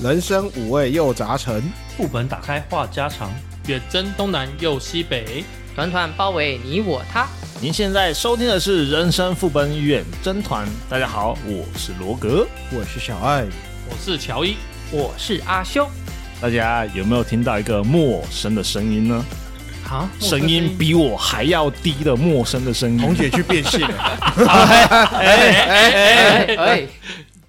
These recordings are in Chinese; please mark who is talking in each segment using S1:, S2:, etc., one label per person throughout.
S1: 人生五味又杂陈，
S2: 副本打开话家常，
S3: 远征东南又西北，
S4: 团团包围你我他。
S5: 您现在收听的是《人生副本远征团》，大家好，我是罗格。
S1: 我是小爱。
S3: 我是乔伊，
S4: 我是阿修。
S5: 大家有没有听到一个陌生的声音呢？
S4: 啊，
S5: 声音比我还要低的陌生的声音。
S1: 红姐去变性了，
S4: 哎哎，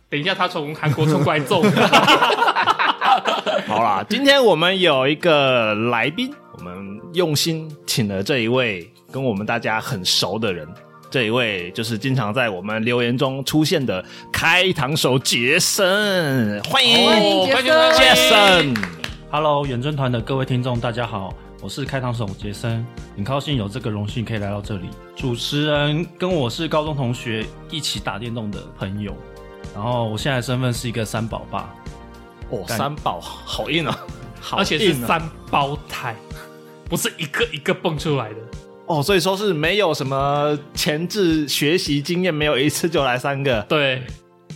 S3: 等一下他从韩国冲过来揍你，
S5: 好啦，今天我们有一个来宾，我们用心请了这一位跟我们大家很熟的人，这一位就是经常在我们留言中出现的开膛手杰森，欢
S4: 哦欢
S5: 迎
S4: 迎
S3: 快点
S4: 杰森
S5: 杰森。
S2: Hello，远征团的各位听众，大家好，我是开膛手杰森，很高兴有这个荣幸可以来到这里。主持人跟我是高中同学，一起打电动的朋友，然后我现在的身份是一个三宝爸，
S5: 哦，
S2: 干
S5: 三宝好硬哦，好
S3: 而且是
S5: 硬哦
S3: 三胞胎，不是一个一个蹦出来的。
S5: 哦，所以说是没有什么前置学习经验，没有一次就来三个，
S3: 对，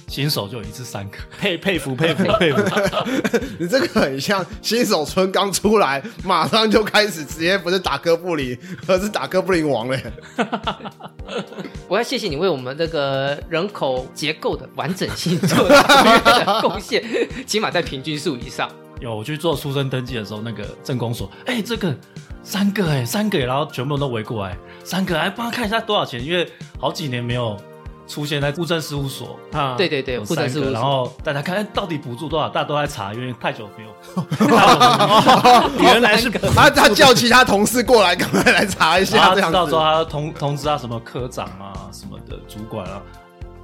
S2: 新手就有一次三个，
S5: 佩佩服佩服佩服。
S1: 你这个很像新手村刚出来，马上就开始直接不是打哥布林，而是打哥布林 王嘞。
S4: 我要谢谢你为我们这个人口结构的完整性做了贡献，起码在平均数以上。
S2: 有我去做出生登记的时候，那个正宫说：“哎、这个三个哎、三个、哎，然后全部都围过来，三个，哎，帮他看一下多少钱，因为好几年没有出现在物证事务所。”
S3: 啊，
S4: 对，对对，
S2: 有
S4: 或
S2: 三
S4: 者
S2: 个
S4: 是我
S2: 然后大家看哎到底补助多少，大家都在查，因为太久没有到底
S5: 原来是
S1: 他他叫其他同事过来，赶快来查一下，这
S2: 大家啊知
S1: 样
S2: 道
S1: 子
S2: 之。后，他通通知他什么科长啊、什么的主管啊。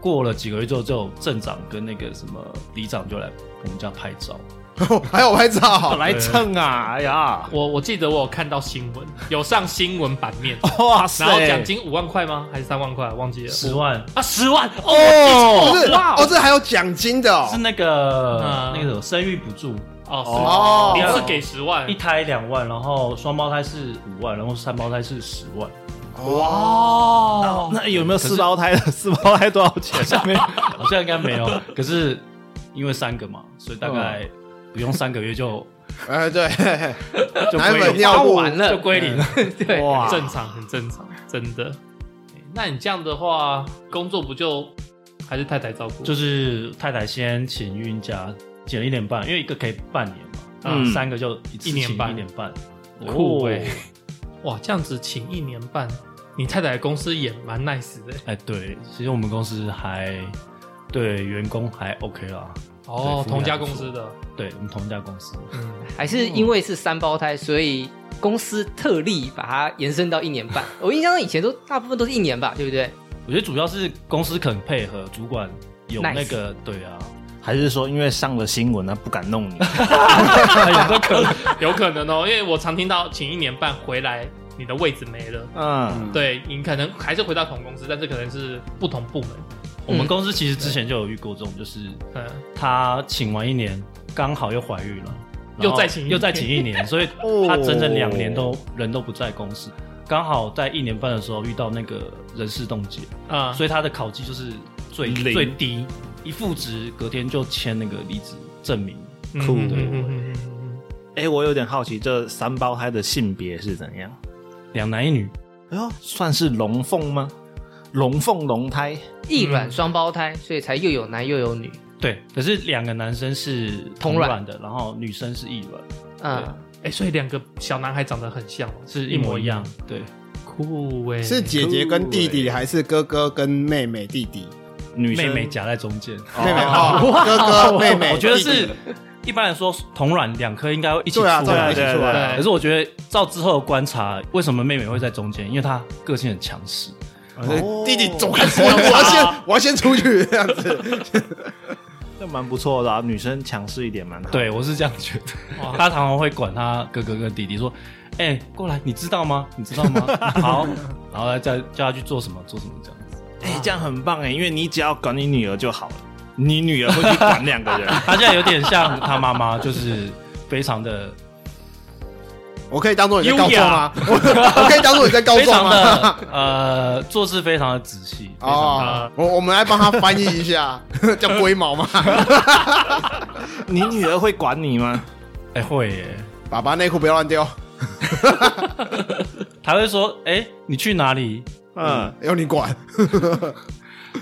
S2: 过了几个月之后，就有镇长跟那个什么里长就来我们家拍照。
S1: 还有拍
S5: 我
S2: 哦
S1: 照，
S5: 来蹭啊！哎呀，
S3: 我我记得我有看到新闻，有上新闻版面，
S5: 哇
S3: 然后奖
S5: 塞！
S3: 金五万块吗？还是三万块？忘记了。
S2: 十万
S3: 啊，十万哦，
S1: 不是
S3: 哇
S1: 哦，这还有奖金的哦
S2: 是。那个、
S3: 嗯
S2: 那个什么生育补助，
S1: 哦
S3: 哦，是，一次给十万
S2: 一，胎两万，然后双胞胎是五万，然后三胞胎是十万。
S3: 哦，
S5: 那有没有四胞胎 的？四胞胎多少钱？
S2: 没有，好像应该没有。 可是因为三个嘛，所以大概不用三个月就
S1: 哎，对，
S2: 就
S1: 奶
S2: 归
S1: 粉
S2: 零。
S1: 尿
S4: 花
S1: 布
S4: 完了
S3: 就归零了。
S4: 对，
S5: 哇，
S3: 正常，很正常，真的。那你这样的话，工作不就还是太太照顾？
S2: 就是太太先请孕假，减了一年半，因为一个可以半年嘛，
S5: 嗯
S2: 嗯，三个就一次
S3: 一年
S2: 请
S3: 半
S2: 一年半，
S3: 酷
S2: 哦
S3: 欸哇，这样子请一年半，你太太的公司也蛮 nice 的欸
S2: 哎，对，其实我们公司还对员工还 OK 啦，
S3: 哦，
S2: 对
S3: 同家公司的，
S2: 对我们同一家公司，
S3: 嗯，
S4: 还是因为是三胞胎，所以公司特例把它延伸到一年半。我印象中以前都大部分都是一年吧，对不对？
S2: 我觉得主要是公司肯配合，主管有
S4: Nice
S2: 那个对啊，
S5: 还是说因为上了新闻呢，不敢弄你？
S2: 啊有这可能，
S3: 有可能哦，因为我常听到请一年半回来，你的位置没了。
S5: 嗯，
S3: 对你可能还是回到同公司，但是可能是不同部门。
S2: 我们公司其实之前就有遇过这种，就是
S3: 嗯，
S2: 她请完一年，刚好又怀孕了，
S3: 又
S2: 然后
S3: 再请一年
S2: 又再请一 年，所以她整整两年都人都不在公司。刚好在一年半的时候遇到那个人事冻结，
S3: 啊、
S2: 所以她的考绩就是最
S5: 零
S2: 最低，一复职隔天就签那个离职证明。
S3: 以
S5: 酷
S3: 嗯嗯嗯嗯嗯
S5: 哎，我有点好奇，这三胞胎的性别是怎样？
S2: 两男一女，
S5: 哎呦，算是龙凤吗？龙凤龙胎
S4: 一卵双胞胎，所以才又有男又有女。
S2: 对，可是两个男生是
S4: 同
S2: 同
S4: 卵
S2: 卵的，然后女生是异卵，
S4: 嗯，
S3: 嗯哎，所以两个小男孩长得很像哦，
S2: 是一模一样，。对，
S3: 酷哎、
S1: 是姐姐跟弟
S2: 欸
S1: 弟，还是哥哥跟妹妹弟弟？
S5: 女生
S2: 妹妹夹在中间。
S1: 妹妹哦，哥哥妹
S3: 哎
S1: 妹，
S2: 我觉得
S1: 弟弟
S2: 是一般来说同卵两颗应该会一起出
S1: 对啊，对啊，
S2: 来
S1: 一起
S5: 对啊
S1: 出
S3: 对
S1: 来
S3: 啊。
S2: 可是我觉得照之后的观察，为什么妹妹会在中间？因为她个性很强势，
S1: 哦弟弟走开，我我要先我要先出去这样子。
S5: 这蛮不错的啊，女生强势一点蛮好。
S2: 对我是这样觉得。
S3: 哇
S2: 她常常会管她哥哥跟弟弟说：“哎、过来，你知道吗？你知道吗？ 好，然后再叫她去做什么，做什么这样子。
S5: 哎、这样很棒哎，因为你只要管你女儿就好了，你女儿会去管两个人。
S2: 她现在有点像她妈妈，就是非常的
S1: 我可以当做你在告
S2: 优
S1: 状
S2: 雅
S1: 吗？ 我我可以当做你在告
S2: 非
S1: 状
S2: 常
S1: 吗？
S2: 的呃做事非常的仔细，非常
S1: 哦，我我们来帮他翻译一下， 叫龟毛吗？
S5: 你女儿会管你吗？
S2: 哎、会耶，
S1: 爸爸内裤不要乱丢。
S2: 他会说哎、你去哪里？
S5: 嗯，
S1: 要哎你管，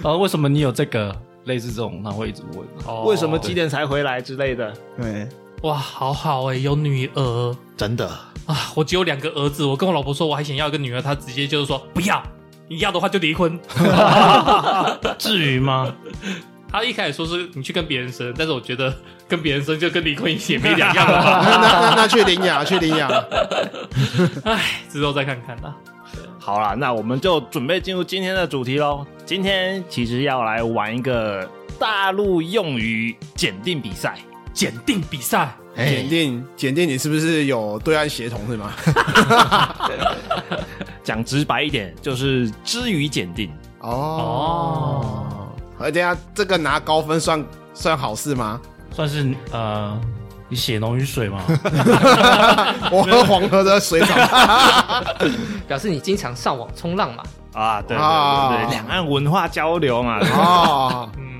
S2: 呃为什么你有这个？类似这种，他会一直问。
S3: 哦
S5: 为什么几点才回来之类的？
S1: 对，
S3: 哇，好好哎、有女儿
S5: 真的，
S3: 啊！我只有两个儿子，我跟我老婆说我还想要一个女儿，她直接就是说不要，你要的话就离婚。
S2: 至于吗？
S3: 她一开始说是你去跟别人生，但是我觉得跟别人生就跟离婚也没两样了
S1: 那
S3: 吧。
S1: 那那去领 养，去领养。
S3: 唉，之后再看看啦。
S5: 好啦，那我们就准备进入今天的主题喽。今天其实要来玩一个大陆用语检定比赛。
S3: 检定比赛，
S5: 哎
S1: 检定检定，你是不是有对岸协同是吗？
S5: 讲直白一点，就是之语检定。
S1: 哦，而等一下这个拿高分算算好事吗？
S2: 算是呃，你血浓于水嘛。
S1: 我喝黄河的水 长
S4: 表示你经常上网冲浪嘛？
S5: 啊，对对
S1: 啊
S5: 对对，两岸文化交流嘛。
S1: 大哦，
S3: 嗯，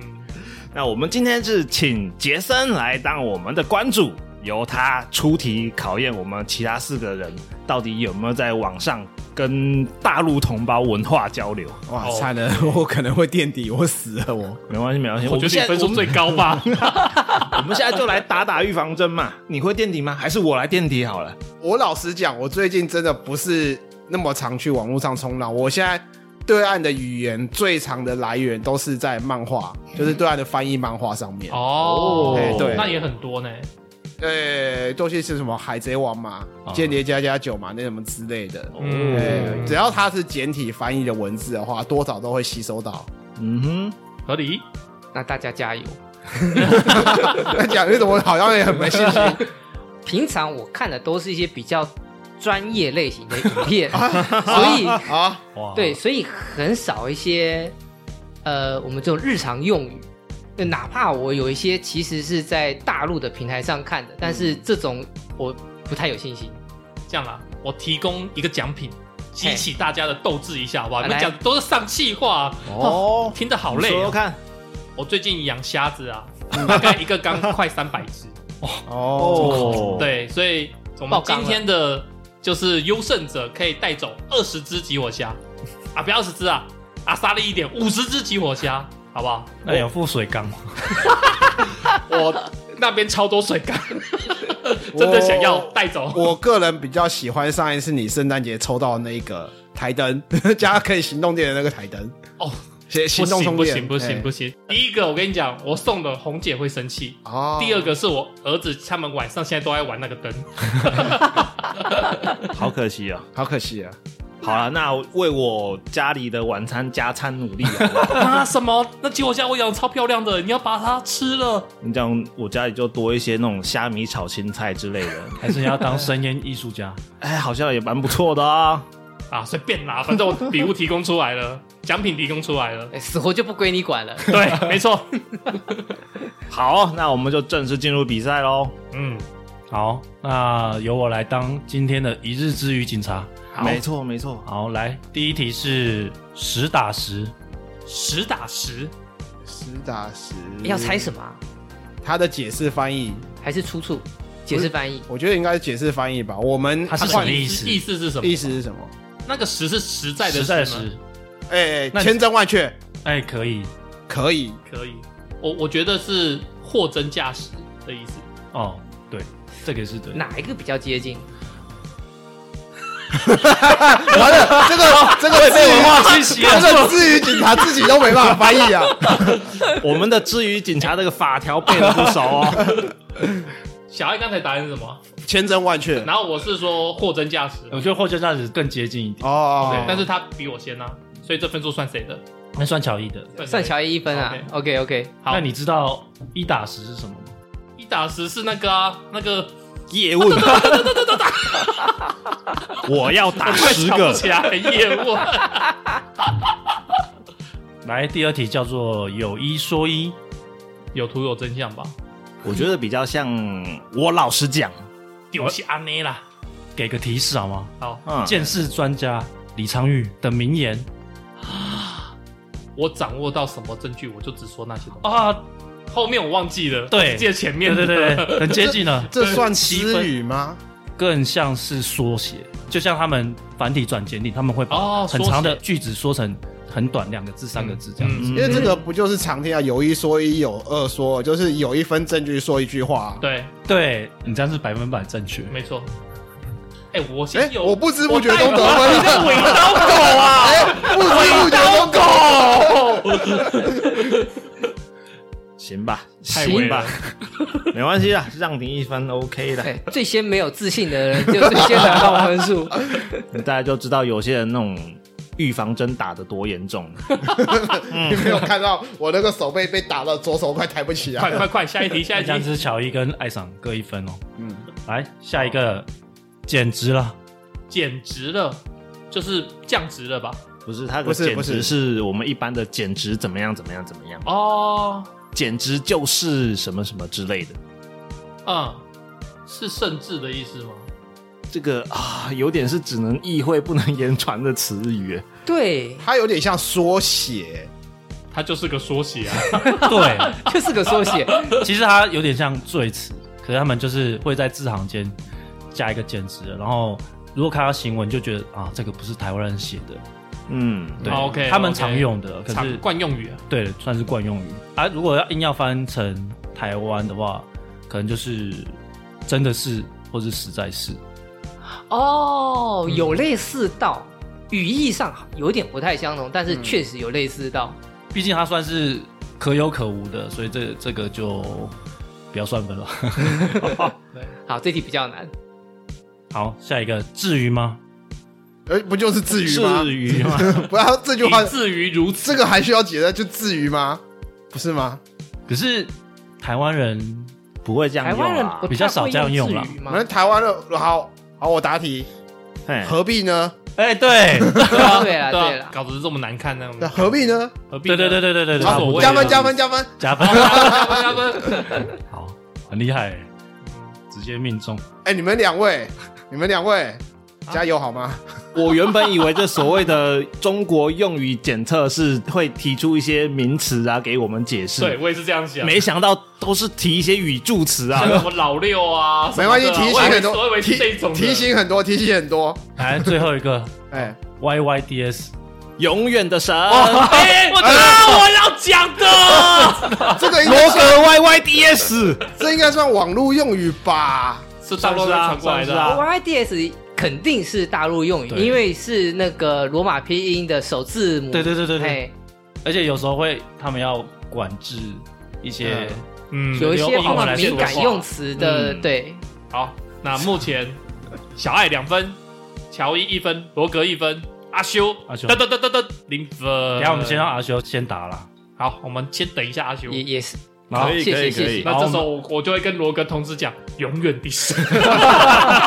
S5: 那我们今天是请杰森来当我们的关主，由他出题考验我们其他四个人到底有没有在网上跟大陆同胞文化交流。
S1: 哇，
S3: 哦
S1: 惨了， 我可能会垫底，我死了我。
S5: 没关系，没关系，
S3: 我觉得你分数最高吧。
S5: 我 们现在就来打打预防针嘛。你会垫底吗？还是我来垫底好 了？
S1: 我老实讲，我最近真的不是那么常去网络上冲浪。我现在对岸的语言最常的来源都是在漫画，就是对岸的翻译漫画上面。
S3: 哦
S1: 哎对
S3: 那也很多呢。
S1: 呃，都是是什么《海贼王》嘛，
S2: 哦
S1: 《间谍加加九》嘛，那什么之类的。
S3: 嗯
S1: 对，只要它是简体翻译的文字的话，多少都会吸收到。
S5: 嗯
S3: 合理。
S4: 那大家加油！
S1: 那讲日文我好像也很没信 心
S4: 平常我看的都是一些比较专业类型的影 片，所以
S1: 啊。
S2: 哇，
S4: 对，，所以很少一些呃，我们这种日常用语。就哪怕我有一些其实是在大陆的平台上看的，但是这种我不太有信心。
S3: 这样啦，我提供一个奖品，
S4: 嘿
S3: 激起大家的斗志一下，好吧？
S4: 来
S3: 你们讲的都是丧气话，
S5: 哼，哦，
S3: 听得好
S5: 你
S3: 累
S5: 说
S2: 啊
S3: 哦、
S5: 说看，
S3: 我最近养虾子啊，大概一个缸快三百只，
S5: 哦，，
S3: 对，所以我们
S4: 爆缸
S3: 今
S4: 了
S3: 天的就是优胜者可以带走二十只吉活虾啊，不要二十只啊，啊，沙利一点，五十只吉活虾，好不好？
S2: 那有副水缸吗？
S3: 我那边超多 水缸，真的想要带 走。
S1: 我个人比较喜欢上一次你圣诞节抽到的那一个台灯， 加可以行动电的那个台灯。
S3: 哦，
S1: 行
S3: 不
S1: 行动
S3: 行
S1: 充
S3: 不
S1: 电哎
S3: 行不行不行！第一个我跟你讲，我送的红姐会生气。
S1: 哦，
S3: 第二个是我儿子，他们晚上现在都在玩那 个灯。
S5: 好可惜哦。
S1: 好可惜啊！
S5: 好了，那为我家里的晚餐加餐努力好不好
S3: 啊什么？那结果现在我养得超漂亮的，你要把它吃了？
S5: 你这样我家里就多一些那种虾米炒青菜之类的，
S2: 还是你要当声音艺术 家？
S5: 哎，好像也蛮不错的啊。
S3: 啊，随便啦，反正我礼物提供出来了， 奖品提供出来 了。
S4: 哎，死活就不归你管 了。
S3: 对，没错。
S5: 好，那我们就正式进入比赛喽。
S3: 嗯，
S2: 好，那由我来当今天的一日之娱警察。
S5: 没错，没错。
S2: 好，来，第一题是十打十，
S3: 十打十，
S1: 实打实
S4: 要猜什么啊、
S1: 他的解释翻译，
S4: 还是出处解释翻译？
S1: 我觉得应该是解释翻译吧。我们
S2: 它是什
S1: 换
S2: 么意思？
S3: 意思是什么？
S1: 意思是什么？
S3: 那个十是实在的
S2: 实在的
S3: 吗
S2: 实，
S1: 哎、
S2: 那你
S1: 千真万确，
S2: 哎，可以
S1: 可以
S3: 可以。我我觉得是货真价实的意思。
S2: 哦，对，这个是对的。
S4: 哪一个比较接 近？
S1: 完了，这个这个被文化侵袭了，这个至于警察自己都没办法翻译啊。
S5: 我们的至于警察这个法条背的不熟 哦。
S3: 小爱刚才答案是什么？
S1: 千真万确
S3: 然后我是说货真价实，
S2: 我觉得货真价值更接近一点，
S1: 哦
S3: 对，，但是他比我先啊，所以这分数算谁的？
S2: 那算乔伊的。
S4: 算乔伊一分啊。OK OK，
S3: 好
S2: 那你知道一打十是什么吗？
S3: 一打十是那个啊，那个
S5: 叶问， 我要打
S3: 快
S5: 十
S3: 想不
S5: 个。
S3: 起来业务。啊
S2: 来，第二题叫做有一说一，
S3: 有图有真相吧？
S5: 我觉得比较像，我老实讲，
S3: 丢是安内啦，
S2: 给个提示好吗？
S3: 好，
S5: 嗯，
S2: 见识专家李昌钰的名言
S3: 我掌握到什么证据，我就只说那些东西。
S2: 啊，
S3: 后面我忘记了，
S2: 对
S3: 只记得前面。
S2: 对对对，对，很接近了，
S1: 这算
S2: 七
S1: 词
S2: 分，
S1: 语吗？
S2: 更像是缩写，就像他们繁体转简体，他们会把
S3: 哦
S2: 很长的
S3: 缩写
S2: 句子缩成很短，两个字、三个字这样子。
S5: 嗯
S1: 因为这个不就是常听啊，有一说一，有二说二，就是有一分证据说一句话。
S3: 对，
S2: 对你这样是百分百正确，
S3: 没错。哎，我先
S1: 哎，
S3: 有，
S1: 我不知不觉都得
S3: 我
S1: 分
S3: 带
S1: 了，
S3: 我你
S1: 不知不
S3: 这尾刀狗啊！
S1: 觉都得分了。
S5: 行吧，
S3: 太
S5: 行
S3: 微
S5: 吧，没关系啦，让你一分 OK 的，
S4: 对，哎最先没有自信的人就最先拿到分 数。
S5: 大家就知道有些人那种预防针打的多严 重了。
S1: 你没有看到我那个手背被打到，左手快抬不起来
S3: 快
S1: 了。
S3: 快快，下一 题，下
S2: 那
S3: 一
S2: 这样
S3: 题。
S2: 子乔伊跟艾赏各一分哦。
S1: 嗯，
S2: 来下一个，简直了，
S3: 简直了，就是降职了吧？
S5: 不是，他
S1: 不
S5: 的
S1: 是
S5: 简
S1: 不
S5: 直
S1: 是
S5: 是我们一般的简直怎么样怎么样怎么样，
S3: 哦，
S5: 简直就是什么什么之类的。
S3: 嗯，是甚至的意思吗？
S5: 这个啊，有点是只能意会不能言传的词语。
S4: 对，
S1: 它有点像缩写，
S3: 它就是个缩写啊。
S2: 对，
S4: 就是个缩写。
S2: 其实它有点像最词，可是他们就是会在字行间加一个简直了，然后如果看到新闻就觉得啊，这个不是台湾人写的，
S5: 嗯，
S2: 对、
S3: 哦，OK，
S2: 他们
S3: OK
S2: 常用的，可
S3: 常
S2: 是
S3: 惯用 语啊。
S2: 对，算是惯用语啊。如果要硬要翻成台湾的话，可能就是真的是或是实在是，
S4: 哦，有类似到，语义上有点不太相同，但是确实有类似到。
S2: 毕竟它算是可有可无的，所以这这个就不要算分了。
S4: 好，这题比较难。
S2: 好，下一个至于吗？
S1: 呃，不就是至于吗？
S5: 至于吗？
S1: 不要这句话
S3: 以，至于如此，
S1: 这个还需要解释，就至于吗？不是吗？
S2: 可是台湾人
S5: 不会这样
S2: 啊
S4: 台
S5: 用
S4: 湾人
S5: 啦
S4: 不太
S2: 比较少这样用啦啊
S4: 会用字语
S1: 我
S4: 吗
S1: 们台湾的好好，我答题，
S5: 嘿
S1: 何必呢？
S2: 哎、对，
S4: 对啊，对
S3: 对
S4: 啊，对
S3: 啊，
S4: 啊。
S3: 搞得这么难看那样
S1: 那，何必呢？
S3: 何必
S2: 对
S3: 呢？
S2: 对对对对对，
S3: 无所谓
S1: 加分加分加分！
S2: 加分，
S3: 加分加分，
S2: 好，很厉害，直接命中。
S1: 哎，你们两位，你们两位，
S3: 啊
S1: 加油好吗？
S5: 我原本以为这所谓的中国用语检测是会提出一些名词啊给我们解释，
S3: 对，我也是这样想。
S5: 没想到都是提一些语助词啊
S3: 像。 什么老六啊，
S1: 没关系，提醒很
S3: 我以
S1: 多，
S3: 为
S1: 提
S3: 是这种的
S1: 提醒很多，提醒很多。
S2: 来，最后一个
S1: 哎，
S2: Y Y D S，
S5: 永远的神， 哦
S3: 哎，我知道我要讲的，
S1: 这个应
S5: 罗
S1: 该
S5: 格
S1: 算，
S5: Y Y D S，
S1: 这应该算网络用语吧？
S3: 是大陆人传过来的啊，
S4: YYDS 肯定是大陆用语，
S2: 对
S4: 因为是那个罗马拼音的首字母。
S2: 对对对对对
S4: 嘿，
S2: 而且有时候会他们要管制一些，
S3: 嗯
S4: 有一些
S3: 用英
S4: 比
S3: 文
S4: 较
S3: 来
S4: 敏感
S3: 说话
S4: 用词的，
S5: 嗯
S4: 对，
S3: 好，那目前小爱两分， 乔伊一分，罗格一分，阿修，
S2: 阿修
S3: 噔噔噔噔噔，零分。
S2: 等一下我们先
S3: 啊
S2: 让阿修先答啦。
S3: 好，我们先等一下阿修。
S4: 也也是。
S5: 可以
S4: 谢
S5: 可
S4: 谢
S5: 以可
S4: 谢
S5: 以
S4: 谢。
S3: 那这时候我我就会跟罗格同时讲，永远第十。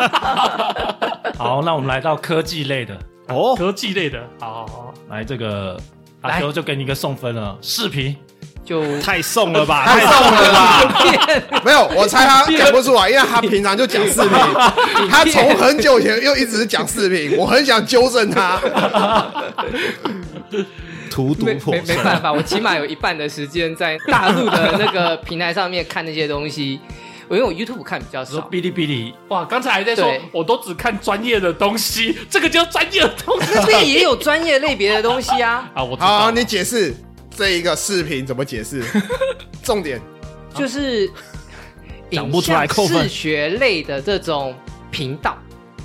S2: 好，那我们来到科技类的，
S5: 哦，
S3: 科技类的，好好好，
S2: 来这个
S4: 来
S2: 阿修就给你一个送分了，视频
S4: 就
S5: 太送了 吧，
S1: 太
S5: 太
S1: 送了吧？没有，我猜他讲不出来，因为他平常就讲视频， 他从很久以前又一直讲视频，我很想纠正他。
S5: 荼毒
S4: 没
S5: 颇
S4: 没没
S5: 深。
S4: 办法，我起码有一半的时间在大陆的那个平台上面看那些东西，我因为我 YouTube 看比较
S2: 说
S4: 少。
S2: 哔哩哔哩，
S3: 哇，刚才还在说
S4: 对，
S3: 我都只看专业的东西，这个叫专业的东西
S4: 那边也有专业类别的东西啊，
S3: 啊！我知道
S1: 好，
S3: 了
S1: 你解释这一个视频怎么解释？重点
S4: 就是
S5: 讲不出来
S4: 影像
S5: 扣
S4: 视
S5: 分
S4: 觉类的这种频道，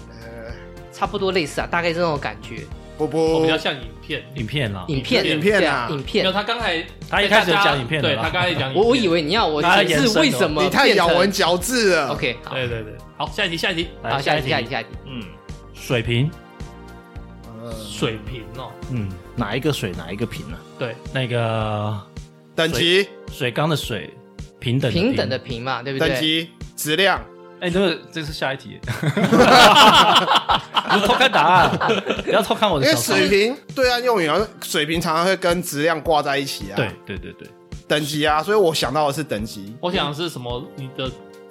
S1: 呃
S4: 差不多类似啊，大概是那种感觉。
S1: 不
S3: 我
S1: 不
S3: 比较像影片，
S2: 影片啦，
S4: 影片，
S1: 哦影片啊
S4: 对啊，影
S3: 没有
S4: 片。
S3: 他刚才
S2: 他一开始有讲影片的
S3: 对
S2: 吧
S3: 他刚才 讲影片，
S4: 我我以为你要我
S2: 大家
S4: 解
S2: 延伸
S4: 释
S2: 哦
S4: 为什么
S1: 你太
S4: 变
S1: 咬
S4: 成
S1: 文嚼字了。
S4: OK，好，
S3: 对对对，好，下一题下一题，
S4: 好，下一题，下一题，
S2: 题，
S4: 下一题。
S5: 嗯，
S2: 水平，
S1: 呃
S3: 水平哦，
S2: 嗯，
S5: 哪一个水哪一个啊平呢？
S3: 对，
S2: 那个
S1: 等级
S2: 水缸的水平等
S4: 平等的，平嘛，对不
S1: 等
S4: 对？
S1: 级质量，
S2: 哎，这个这是下一题，不是偷看答案，不要偷看我
S1: 因
S2: 的
S1: 为
S2: 小说
S1: 水。平对岸用语好像水平常常会跟质量挂在一起啊。
S2: 对，对对对，
S1: 等级啊，所以我想到的是等级
S3: 我想是什么？你的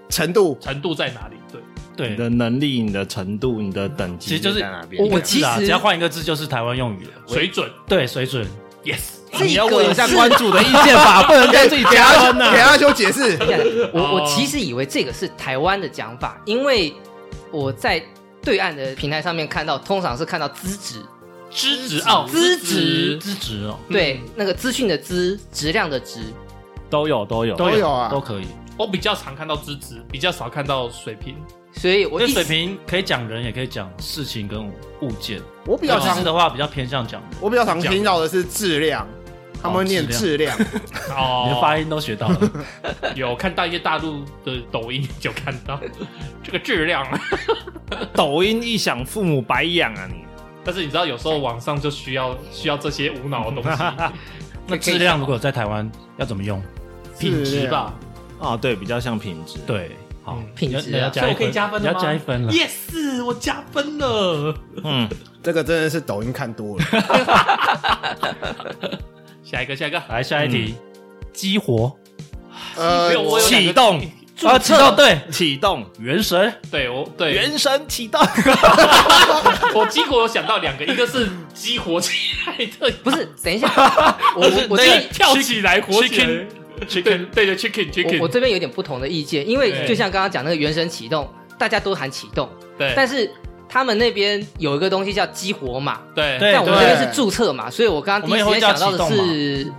S1: 程度。
S3: 程度在哪里？对，
S2: 对，
S5: 你的能力、你的程度、你的等级，
S2: 其实就是
S5: 在哪边
S2: 我？我
S4: 其
S2: 记啊，
S4: 实
S2: 只要换一个字就是台湾用语了。
S3: 水准
S2: 对水准，
S3: ，yes，
S4: 这
S5: 你要问一
S4: 个
S5: 下
S4: 是
S5: 关主的意见吧，不能再自己
S1: 给
S5: 加
S1: 阿
S5: 分
S2: 啊
S5: 呐、
S1: 给阿修解释，
S4: 我
S3: 哦
S4: 我其实以为这个是台湾的讲法，因为我在对岸的平台上面看到，通常是看到资质，
S3: 资质哦，
S4: 资
S3: 质
S4: 质
S2: 资质哦，
S4: 对，那个资讯的资，质量的质，
S5: 都有都有
S1: 都有啊
S2: 都可以。
S3: 我比较常看到资质，比较少看到水平。
S4: 所以
S2: 我
S4: 我
S2: 觉得
S4: 一
S2: 水
S4: 直
S2: 平可以讲人，也可以讲事情跟物件。
S1: 我比较
S2: 要是
S1: 常
S2: 的话，比较偏向讲人。
S1: 我比较常听到的是质量，他们会念质量，
S3: 哦，
S2: 你的发音都学到了，
S3: 有看到一些大陆的抖音就看到这个质量，啊
S5: 抖音一响，父母白养啊你！
S3: 但是你知道有时候网上就需要需要这些无脑的东西，
S2: 那质量如果在台湾要怎么用？
S3: 品质吧。
S5: 啊，对，比较像品质。
S2: 对，好，
S4: 品质啊
S2: 你要你要
S3: 所
S2: 加一
S3: 以我可以
S2: 分，
S3: 加分
S2: 你
S3: 了
S2: 要
S3: 吗？
S2: 加一分了。
S3: Yes，我加分了。
S5: 嗯，
S1: 这个真的是抖音看多了。
S3: 下一个，下一个，
S2: 来下一题，激活
S1: 呃
S3: 没有，我有两个
S5: 启动，
S2: 啊，知道对，
S5: 启动，
S2: 原神
S3: 对我对
S5: 原神启动，
S3: 我激活有想到两个，一个是激活起来的，
S4: 不是，等一下，我我我
S3: 那
S4: 这
S3: 个
S4: 边
S3: 跳起来活起来
S5: chicken-
S3: 对对对，chicken
S4: 我我
S3: chicken，
S4: 这边有点不同的意见，因为
S3: 对
S4: 就像刚刚讲那个原神启动，大家都喊启动，
S3: 对
S4: 但是他们那边有一个东西叫激活码，
S3: 对
S2: 对
S4: 但我们这边
S1: 对
S4: 是注册码，所以我刚刚第一时间想到的
S2: 我们也
S4: 是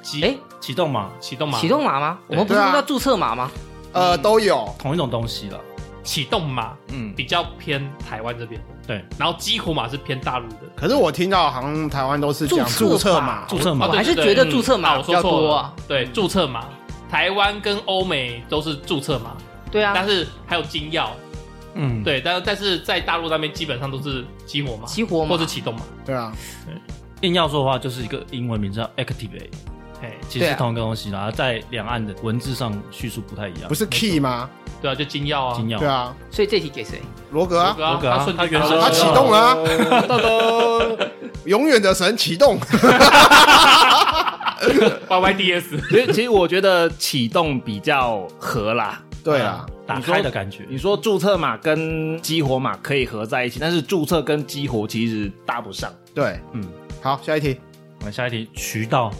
S3: 启
S4: 哎
S2: 启动嘛，
S3: 启动码，
S4: 启动码吗？我们不是
S1: 对啊
S4: 说叫注册码吗？
S1: 呃都有，
S2: 同一种东西了。
S3: 启动码
S5: 嗯，
S3: 比较偏台湾这边的，
S2: 对，
S3: 然后激活码是偏大陆的。
S1: 可是我听到好像台湾都是讲
S4: 注册
S1: 注册
S4: 吧
S1: 码，
S2: 注册码
S3: 啊
S4: 我
S3: 对
S4: 还是
S3: 对
S4: 觉得
S3: 对
S4: 注册
S3: 啊
S4: 码
S3: 我
S4: 比
S3: 说
S4: 较
S3: 错
S4: 多
S3: 了
S4: 啊。，
S3: 对，注册码，台湾跟欧美都是注册码，
S4: 对啊
S3: 但，是还有金钥，
S2: 嗯，
S3: 对，但但是在大陆那边基本上都是激活码，
S4: 激活码
S3: 或是启动码，
S1: 对啊，
S2: 硬要说的话，就是一个英文名叫 Activate，
S3: 嘿，
S2: 其实
S4: 对
S2: 是
S4: 啊
S2: 同一个东西啦，然后在两岸的文字上叙述不太一样。
S1: 不是 key 吗？
S3: 对啊，就金钥啊，
S2: 金钥
S1: 对，啊，
S4: 所以这题给谁？
S1: 罗格啊，
S3: 啊
S2: 罗格啊
S3: 他瞬
S2: 他
S3: 间
S2: 原
S3: 打
S2: 生
S3: 了
S1: 他启动了啊，
S5: 噔噔，
S1: 永远的神启动，
S3: YYDS，
S5: 其实其实我觉得启动比较合啦。
S1: 对啊，
S2: 打开的感觉。
S5: 你说注册码跟激活码可以合在一起，但是注册跟激活其实搭不上。
S1: 对，
S2: 嗯，
S1: 好，下一题，
S2: 我们下一题，渠道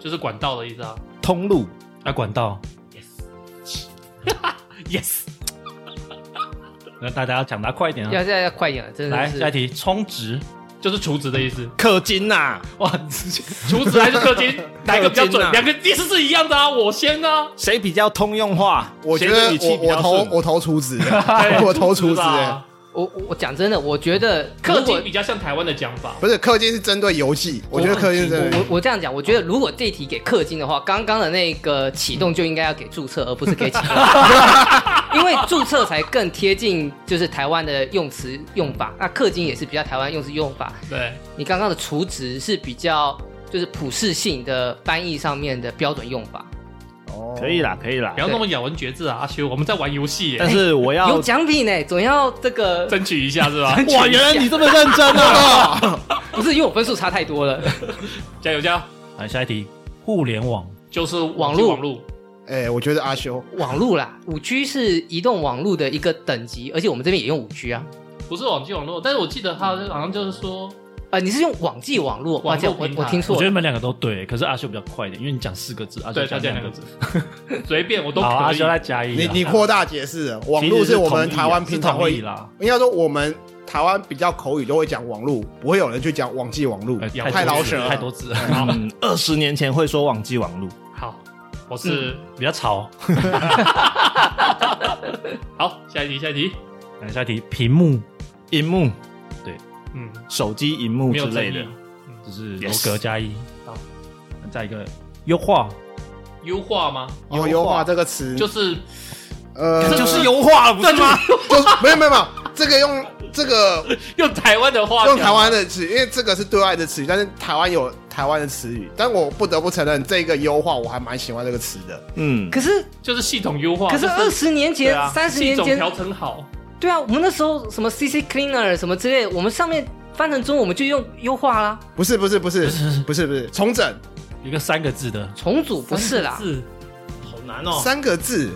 S3: 就是管道的意思啊
S5: 通路
S2: 啊，管道。
S3: ，Yes，
S2: 那大家抢答快一点啊！
S4: 要再要快一点了，真的
S2: 来
S4: 是。
S2: 下一题，充值。
S3: 就是储值的意思，
S5: 氪金啊呐、
S2: 哇，你直接
S3: 储值还是氪金，哪一个比较
S5: 氪金啊
S3: 准？两个意思是一样的啊，我先啊，
S5: 谁比较通用化？
S1: 我觉
S5: 谁的
S1: 得
S5: 语气
S1: 我
S5: 比较
S1: 我投
S5: 顺
S1: 我投厨子，
S3: 哎
S1: 我投厨
S3: 储
S1: 子
S3: 值
S1: 欸，
S3: 啊，
S4: 我我我讲真的，我觉得
S3: 氪
S4: 如
S3: 金
S4: 果
S3: 比较像台湾的讲法，
S1: 不是氪金是针对游戏，我觉得氪金是针对
S4: 我我这样讲，我觉得如果这题给氪金的话，刚刚的那个启动就应该要给注册，而不是给 启动，因为注册才更贴近就是台湾的用词用法，那氪金也是比较台湾用词用法。
S3: 对，
S4: 你刚刚的除值是比较就是普适性的翻译上面的标准用法，
S1: 哦
S5: 可以，啦，可以啦
S3: 不。要那么咬文嚼字啊，阿修，我们在玩游戏耶
S5: 但，是我
S3: 哦
S5: 要
S4: 有奖品呢，总要这个
S3: 争取一下是吧？
S5: 哇，原来你这么认真啊！
S4: 不是因为我分数差太多 了，
S3: 加油加油！
S2: 来下一题，互联网。
S3: 就是
S4: 网
S3: 际
S4: 路
S3: 网路，
S1: 哎，我觉得阿修
S4: 网路啦，五 G 是移动网路的一个等级，而且我们这边也用五 G 啊。
S3: 不是网际网络，但是我记得他好像就是说，
S4: 呃，你是用网际网络？抱
S3: 网络
S4: 歉，我
S3: 平台
S4: 我听
S2: 我
S4: 错
S2: 觉得
S4: 了。
S2: 你们两个都对，可是阿修比较快一点，因为你讲四个字，阿修
S3: 对他
S2: 讲
S3: 讲
S2: 两
S3: 两个
S2: 个
S3: 字
S2: 字。，
S3: 随便我都
S2: 好，阿
S3: 可以
S2: 修。再加一
S1: 你
S2: 啦。
S1: 你扩大解释了，网络
S2: 其实
S1: 是我们
S2: 同意啊
S1: 台湾平
S2: 是
S1: 常
S2: 同
S1: 会
S2: 意，啦，
S1: 应该说我们台湾比较口语都会讲网络，不会有人去讲网际网络
S2: 哎，
S3: 咬
S1: 太
S2: 多
S1: 老
S2: 字
S1: 舍了哦哎
S2: 太多字了，
S3: 好，
S5: 嗯，二十年前会说网际网路，
S3: 好，我是
S2: 比较吵。
S3: 好，下一题，下一题，
S2: 来下一题，屏幕
S5: 荧幕、
S3: 嗯，
S5: 手机荧幕
S3: 没
S5: 之
S3: 有
S5: 类
S3: 争
S5: 的
S3: 议。
S2: 就是楼
S5: Yes
S2: 格加一。
S3: 好，
S2: 再一个优化，
S3: 优化吗？
S1: 哦，优化这个词
S3: 就是
S1: 呃，
S5: 就是优化了，不是吗？
S1: 就是没有没有没有，这个用这个
S3: 用台湾的话讲，
S1: 用台湾的词，因为这个是对外的词语，但是台湾有台湾的词语，但我不得不承认，这个优化我还蛮喜欢这个词的。
S5: 嗯，
S4: 可是
S3: 就是系统优化，
S4: 可是
S3: 就
S4: 二十年
S3: 对
S4: 前
S3: 啊、、
S4: 三十年
S3: 系统
S4: 前，
S3: 调整好，
S4: 对啊，我们那时候什么 CC Cleaner 什么之类的，我们上面翻成中文我们就用优化啦，
S1: 不是不是不是不是不是重整
S2: 一个三个字的，
S4: 重组不是啦，
S1: 哦
S3: 是好难哦。
S1: 三个字，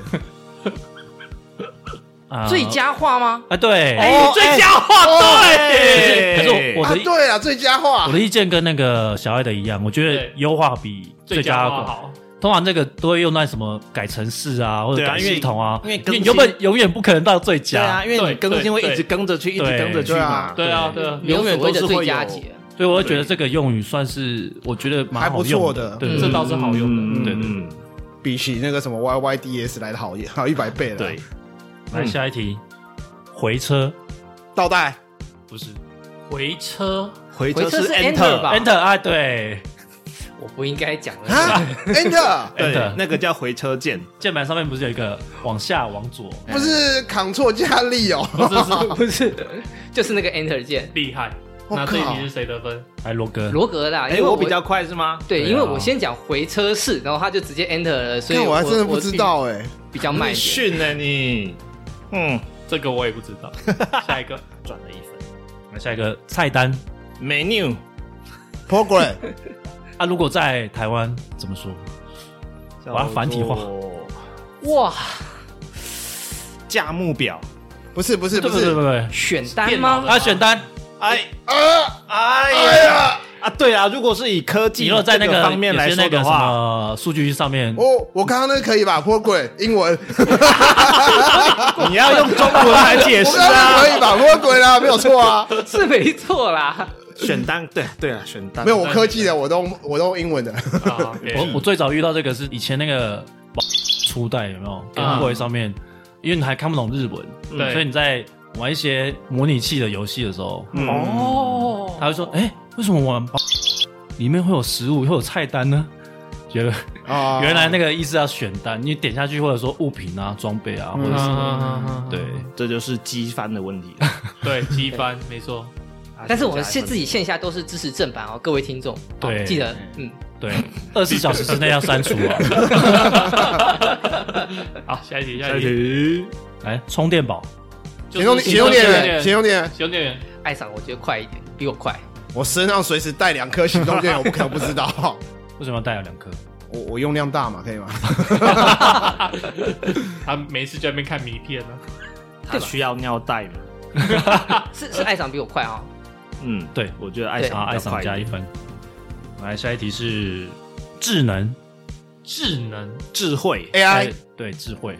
S2: 啊
S4: 最佳化吗？
S2: 啊，对，
S5: 哦
S3: 最佳话对，
S5: 哎
S2: 可是我我
S1: 啊
S2: 的、，
S1: 对啊，最佳化
S2: 我的意见跟那个小爱的一样，我觉得
S3: 对
S2: 优化比
S3: 最
S2: 最
S3: 佳
S2: 佳
S3: 话
S2: 好。
S3: 好，
S2: 通常这个都会用在什么改程式啊，或者
S5: 对啊
S2: 改
S5: 因为
S2: 系统啊，
S5: 因为更
S2: 你
S5: 新
S2: 永本永远不可能到最
S5: 对
S2: 佳
S5: 啊，，因为你更新会一直跟着去，一直
S2: 对
S5: 跟着去
S1: 对
S5: 嘛
S1: 啊。
S3: 对啊，对啊，
S4: 没有
S5: 永远
S4: 所
S5: 都
S4: 谓
S5: 是
S4: 的
S5: 会有
S4: 最佳解。
S2: 所以我会觉得这个用语算是我觉得蛮好
S1: 还
S2: 用
S1: 不错的
S2: 对，
S4: 嗯
S2: 对
S3: 这
S2: 对
S3: 倒是好用的。
S5: 嗯
S2: 对对
S5: 嗯
S1: 比起那个什么 YYDS 来的好一 好一百倍了。
S5: 对，，
S2: 来下一题，回车
S1: 倒带
S2: 不是
S3: 回嗯车，
S5: 回
S4: 回车
S5: 是
S4: 是 enter 吧
S2: enter 啊，对，
S4: 我不应该讲的。
S1: 啊，Enter
S5: 对
S2: Enter，
S5: 那个叫回车键，
S2: 键盘上面不是有一个往下往左？
S1: 不是 Ctrl 加力 哦，
S3: 不是是
S4: 不是，就是那个 Enter 键。
S3: 厉害。
S1: 我
S3: 那
S1: 靠
S3: 这一题是谁得分？
S2: 哎，罗哥，
S4: 罗格啦，因
S5: 哎，
S4: 为
S5: 我比较快是吗？
S4: 对，
S2: 对啊
S4: 因为我先讲回车式，然后他就直接 Enter 了，所以
S1: 看 我还真的不
S4: 我
S1: 知道哎，
S4: 比较慢一点。
S5: 你训呢你，嗯，
S3: 这个我也不知道。 下一个，
S5: 转了一分。
S2: 来下一个菜单
S5: menu
S1: program
S2: 啊，如果在台湾怎么说？把它繁体化
S5: 叫做
S4: 哇，
S5: 价目表。
S1: 不是不 是不
S2: 对对
S1: 是，
S2: 对对，
S4: 选单
S3: 电脑
S4: 吗
S3: 的？
S2: 啊，选单
S5: 哎
S1: 啊，
S5: 哎
S1: 哎呀，
S5: 啊，对啊，如果是以科技
S2: 你若在那
S5: 这
S2: 个
S5: 方面来
S2: 有些
S5: 说
S2: 那个
S5: 的
S2: 什
S5: 话，
S2: 么数据上面，
S1: 哦，我刚刚那个可以吧？program 英 文，我
S5: 你要用中文来解释
S1: 刚刚那
S5: 啊
S1: 个可。以 吧？program 啊，没有错 啊，
S4: 是没错啦。
S5: 选单，对对啊，选单
S1: 没有我科技的，我都我都英文的，
S3: 啊，
S2: 我我最早遇到这个是以前那个初代有没有 Game Boy 上面，因为你还看不懂日文，
S3: 对
S2: 所以你在玩一些模拟器的游戏的时候，
S5: 哦，
S4: 哦，
S2: 他会说：“哎、为什么玩 里面会有食物，会有菜单呢？”觉得
S1: 啊，
S2: 原来那个意思要选单，你点下去或者说物品啊、装备啊，或者是、
S3: 嗯，
S2: 对
S5: 这就是机翻 的问题。
S3: 对，机翻没错，
S4: 但是我们现自己线下都是支持正版哦，各位听众，
S2: 对
S4: 记得嗯，
S2: 对，二十小时之内要删除啊。
S3: 好，下一题，下
S5: 下
S3: 一
S5: 一
S3: 题，
S5: 题，
S2: 来，哎充电宝，
S1: 行动行动电源，行动电源，
S3: 行动电源，
S4: 爱上我觉得快一点，比我快。
S1: 我身上随时带两颗行动电源，我不可能不知道。哦
S2: 为什么要带有两颗？
S1: 我我用量大嘛，可以吗？
S3: 他没事就在那边看迷片呢。
S5: 他需要尿袋吗？
S4: 是呃是爱上比我快哦，
S5: 嗯，
S2: 对，
S5: 我觉得爱
S4: 对
S5: 上
S2: 啊，爱上加一，分。来，下一题是智能，
S3: 智能
S5: 智慧
S1: AI，
S2: 对智慧，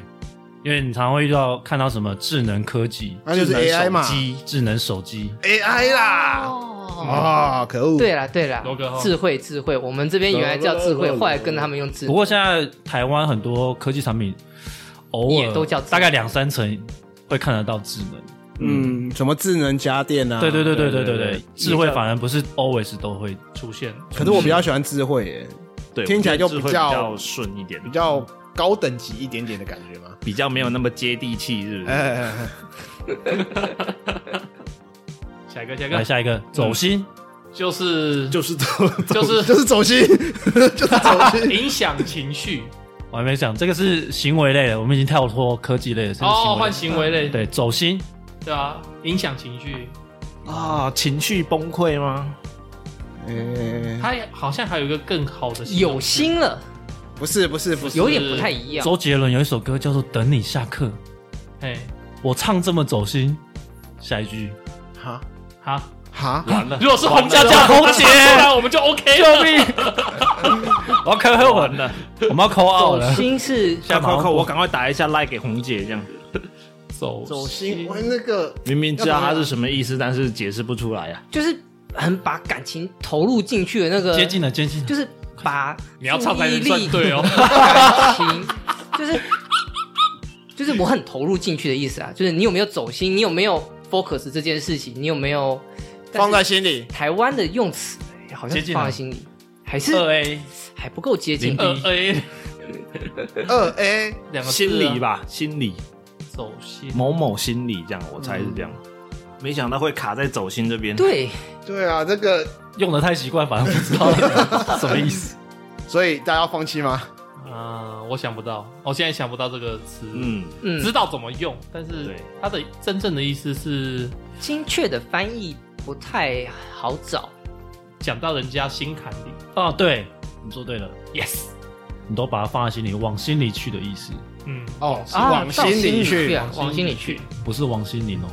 S2: 因为你常会遇到看到什么智能科技、
S1: 那就是
S5: 智能手
S1: AI 嘛
S5: 机
S2: 智能手机，
S1: ，AI 啦，
S4: 哦，
S1: 啊，可恶，
S4: 对啦对啦
S3: 罗格，吼
S4: 智慧智慧，我们这边原来叫智慧，后来跟他们用智
S2: 不
S4: 慧，
S2: 过现在台湾很多科技产品，偶尔
S4: 也都叫智能
S2: 大概两三成会看得到智能。
S1: 嗯，什么智能家电啊？
S2: 对对对对对
S5: 对
S2: 对
S5: 对
S2: 对
S5: 对，
S2: 智慧反而不是 always 都会。
S3: 出现，
S1: 可是我比较喜欢智慧耶，
S5: 对，
S1: 听起来就
S5: 我觉得智慧
S1: 比较
S5: 比较顺一点，
S1: 比较高等级一点点的感觉嘛。
S5: 比较没有那么接地气，是不是？
S1: 哎哎，哎
S3: 下一个，下
S2: 来
S3: 一个
S2: 哎下一个走心，
S3: 就是
S5: 就是这，
S3: 就是
S1: 就是走心， 就是走 心。
S3: 影响情绪
S2: 我还没讲，这个是行为类的，我们已经跳脱科技类的，是
S3: 哦，
S2: 行为
S3: 换
S2: 类。
S3: 行为类，
S2: 对，走心，
S3: 对啊，影响情绪，
S5: 啊，情绪崩溃吗？
S1: 哎
S3: 他好像还有一个更好的形容
S4: 有
S3: 词
S4: 心了，
S1: 不是不是不是，
S4: 有点不太一样。
S2: 周杰伦有一首歌叫做《等你下课》，
S3: 哎，
S2: 我唱这么走心，下一句
S1: 哈
S3: 好，
S1: 哈，
S2: 完了，
S3: 如果是红家家红姐，那我们就 OK 了。
S2: 救命！我要开黑文了，我们要扣奥
S4: 走
S2: 了。
S4: 心是
S5: 下
S2: 干嘛
S5: 扣扣，我赶快打一下赖、like、给红姐，这样
S3: 走
S1: 走心，我那个
S5: 明明知道它是什么意思，但是解释不出来啊。
S4: 就是很把感情投入进去的那个，
S2: 接近了，接近了，
S4: 就是把
S3: 你要唱才
S4: 注意
S3: 能
S4: 力
S3: 算对哦。
S4: 感情，就是就是我很投入进去的意思啊，就是你有没有走心，你有没有 focus 这件事情，你有没有
S1: 放在心里，
S4: 台湾的用词哎好像
S2: 接近
S4: 是
S2: 了
S4: 放在心里，还是
S3: 呃
S2: 二 A
S4: 还不够接近
S2: 零。
S3: 二
S2: 一
S3: A
S1: 二 A
S3: 两个字啊
S5: 心理，吧，心理
S3: 走心
S5: 某某心理这样，我猜是这样。没想到会卡在走心这边。，
S4: 嗯对，
S1: 对啊，这个
S2: 用的太习惯，反而不知道 什么意思。
S1: 所以大家要放弃吗？
S3: 啊，我想不到，我现在想不到这个词，
S5: 嗯，
S4: 嗯
S3: 知，道怎么用，但是
S5: 对
S3: 它的真正的意思是
S4: 精确的翻译不太好找。
S3: 讲到人家心坎里
S2: 啊哦，对，你说对了，
S3: ，yes，
S2: 你都把它放在心里，往心里去的意思。
S3: 嗯，
S1: 哦，
S4: 啊
S1: 往
S4: 到
S1: 心里去。
S4: 啊，往心里去。
S2: 不是王心凌哦。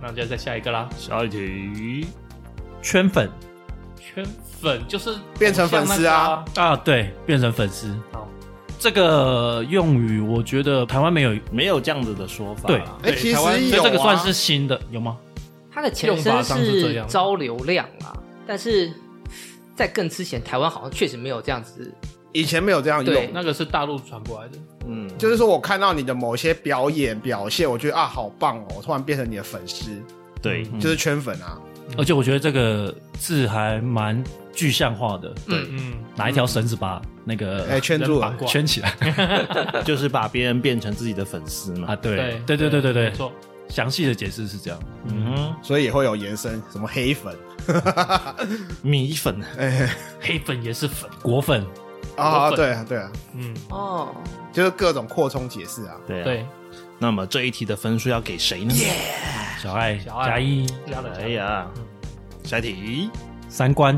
S3: 那就再下一个啦。
S5: 下一题，
S2: 圈粉
S3: 圈粉就是
S1: 变成粉丝啊
S2: 啊，对，变成粉丝。
S3: 好，
S2: 这个用语我觉得台湾没有，
S5: 没有这样子的说法。
S2: 对
S1: 哎，
S3: 对
S1: 其
S3: 台湾
S1: 实
S2: 所以
S1: 有
S2: 这个算
S1: 啊
S2: 是新的，有吗？
S4: 它的前
S3: 用法
S4: 身
S3: 上是这
S4: 是
S3: 样
S4: 招流量啊，但是在更之前，台湾好像确实没有这样子。
S1: 以前没有这样
S4: 对
S1: 用。
S3: 那个是大陆传过来的。
S5: 嗯，就
S1: 就是说我看到你的某些表演表现，我觉得啊好棒哦，我突然变成你的粉丝，
S5: 对，
S2: 嗯
S1: 就是圈粉啊。
S4: 嗯
S2: 而且我觉得这个字还蛮具象化的，
S4: 嗯，
S3: 嗯，
S2: 拿一条绳子把那个
S1: 哎，圈住
S3: 人绑
S1: 了，
S3: 过
S2: 圈起来
S5: 就是把别人变成自己的粉丝嘛。
S2: 啊。对对对
S3: 对
S2: 对对对，
S3: 没错。
S2: 详细的解释是这样。
S5: 嗯，
S1: 所以也会有延伸，什么黑粉
S5: 米粉
S3: 黑粉也是粉，
S2: 果粉
S1: 啊，
S3: 粉
S1: 对啊对啊，
S3: 嗯，
S4: 哦，
S1: 就是各种扩充解释啊。
S5: 对啊
S3: 对，
S5: 那么这一题的分数要给谁呢？
S2: 小爱
S3: 小爱
S2: 加一
S3: 加了
S5: 哎，呀，下一题，
S2: 三观，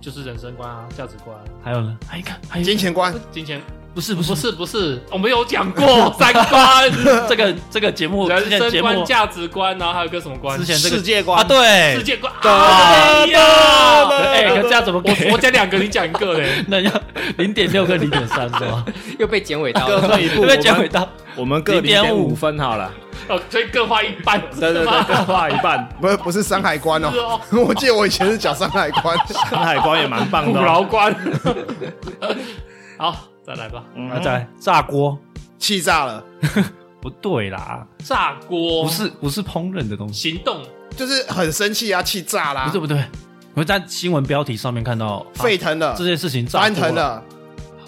S3: 就是人生观啊，价值观啊，
S2: 还有呢？还有一个，还有一个
S1: 金钱观
S3: 金钱
S2: 不是不
S3: 不
S2: 是
S3: 是不是，我们有讲过三观，
S2: 这个这个节目之前
S3: 人
S2: 节
S3: 生
S2: 目
S3: 观、价值观，然后还有个什么观？
S2: 之前这个
S5: 世界观
S2: 啊，对
S3: 世界观
S2: 哎
S3: 哎呀，
S2: 哎，可这样怎么给
S3: 我我？讲两个，你讲一个嘞。
S2: 那要零点六跟零点三是 吗？
S4: 又被剪尾刀
S5: 各
S4: 了。
S5: 退一步，
S2: 会不会讲回到
S5: 我们各点
S2: 0.5
S5: 五分好 了，
S3: 哦，所以各花一半，
S5: 对对
S3: 是
S5: 对，
S3: 吗
S5: 各画一半。
S1: 不是不是山海关
S3: 是
S1: 哦，
S3: 哦，
S1: 我记得我以前是讲山海关，
S5: 山海关也蛮棒
S3: 苦
S5: 的哦，
S3: 劳官。好，再来吧，
S5: 嗯
S2: 啊，再来炸锅？
S1: 气炸了，
S2: 不对啦，
S3: 炸锅
S2: 不是不是烹饪的东西，
S3: 行动，哦
S1: 就是很生气啊，气炸啦
S2: 不，对不对。我在新闻标题上面看到啊
S1: 沸腾了
S2: 这，件事情炸
S1: 翻
S2: 锅
S1: 腾了，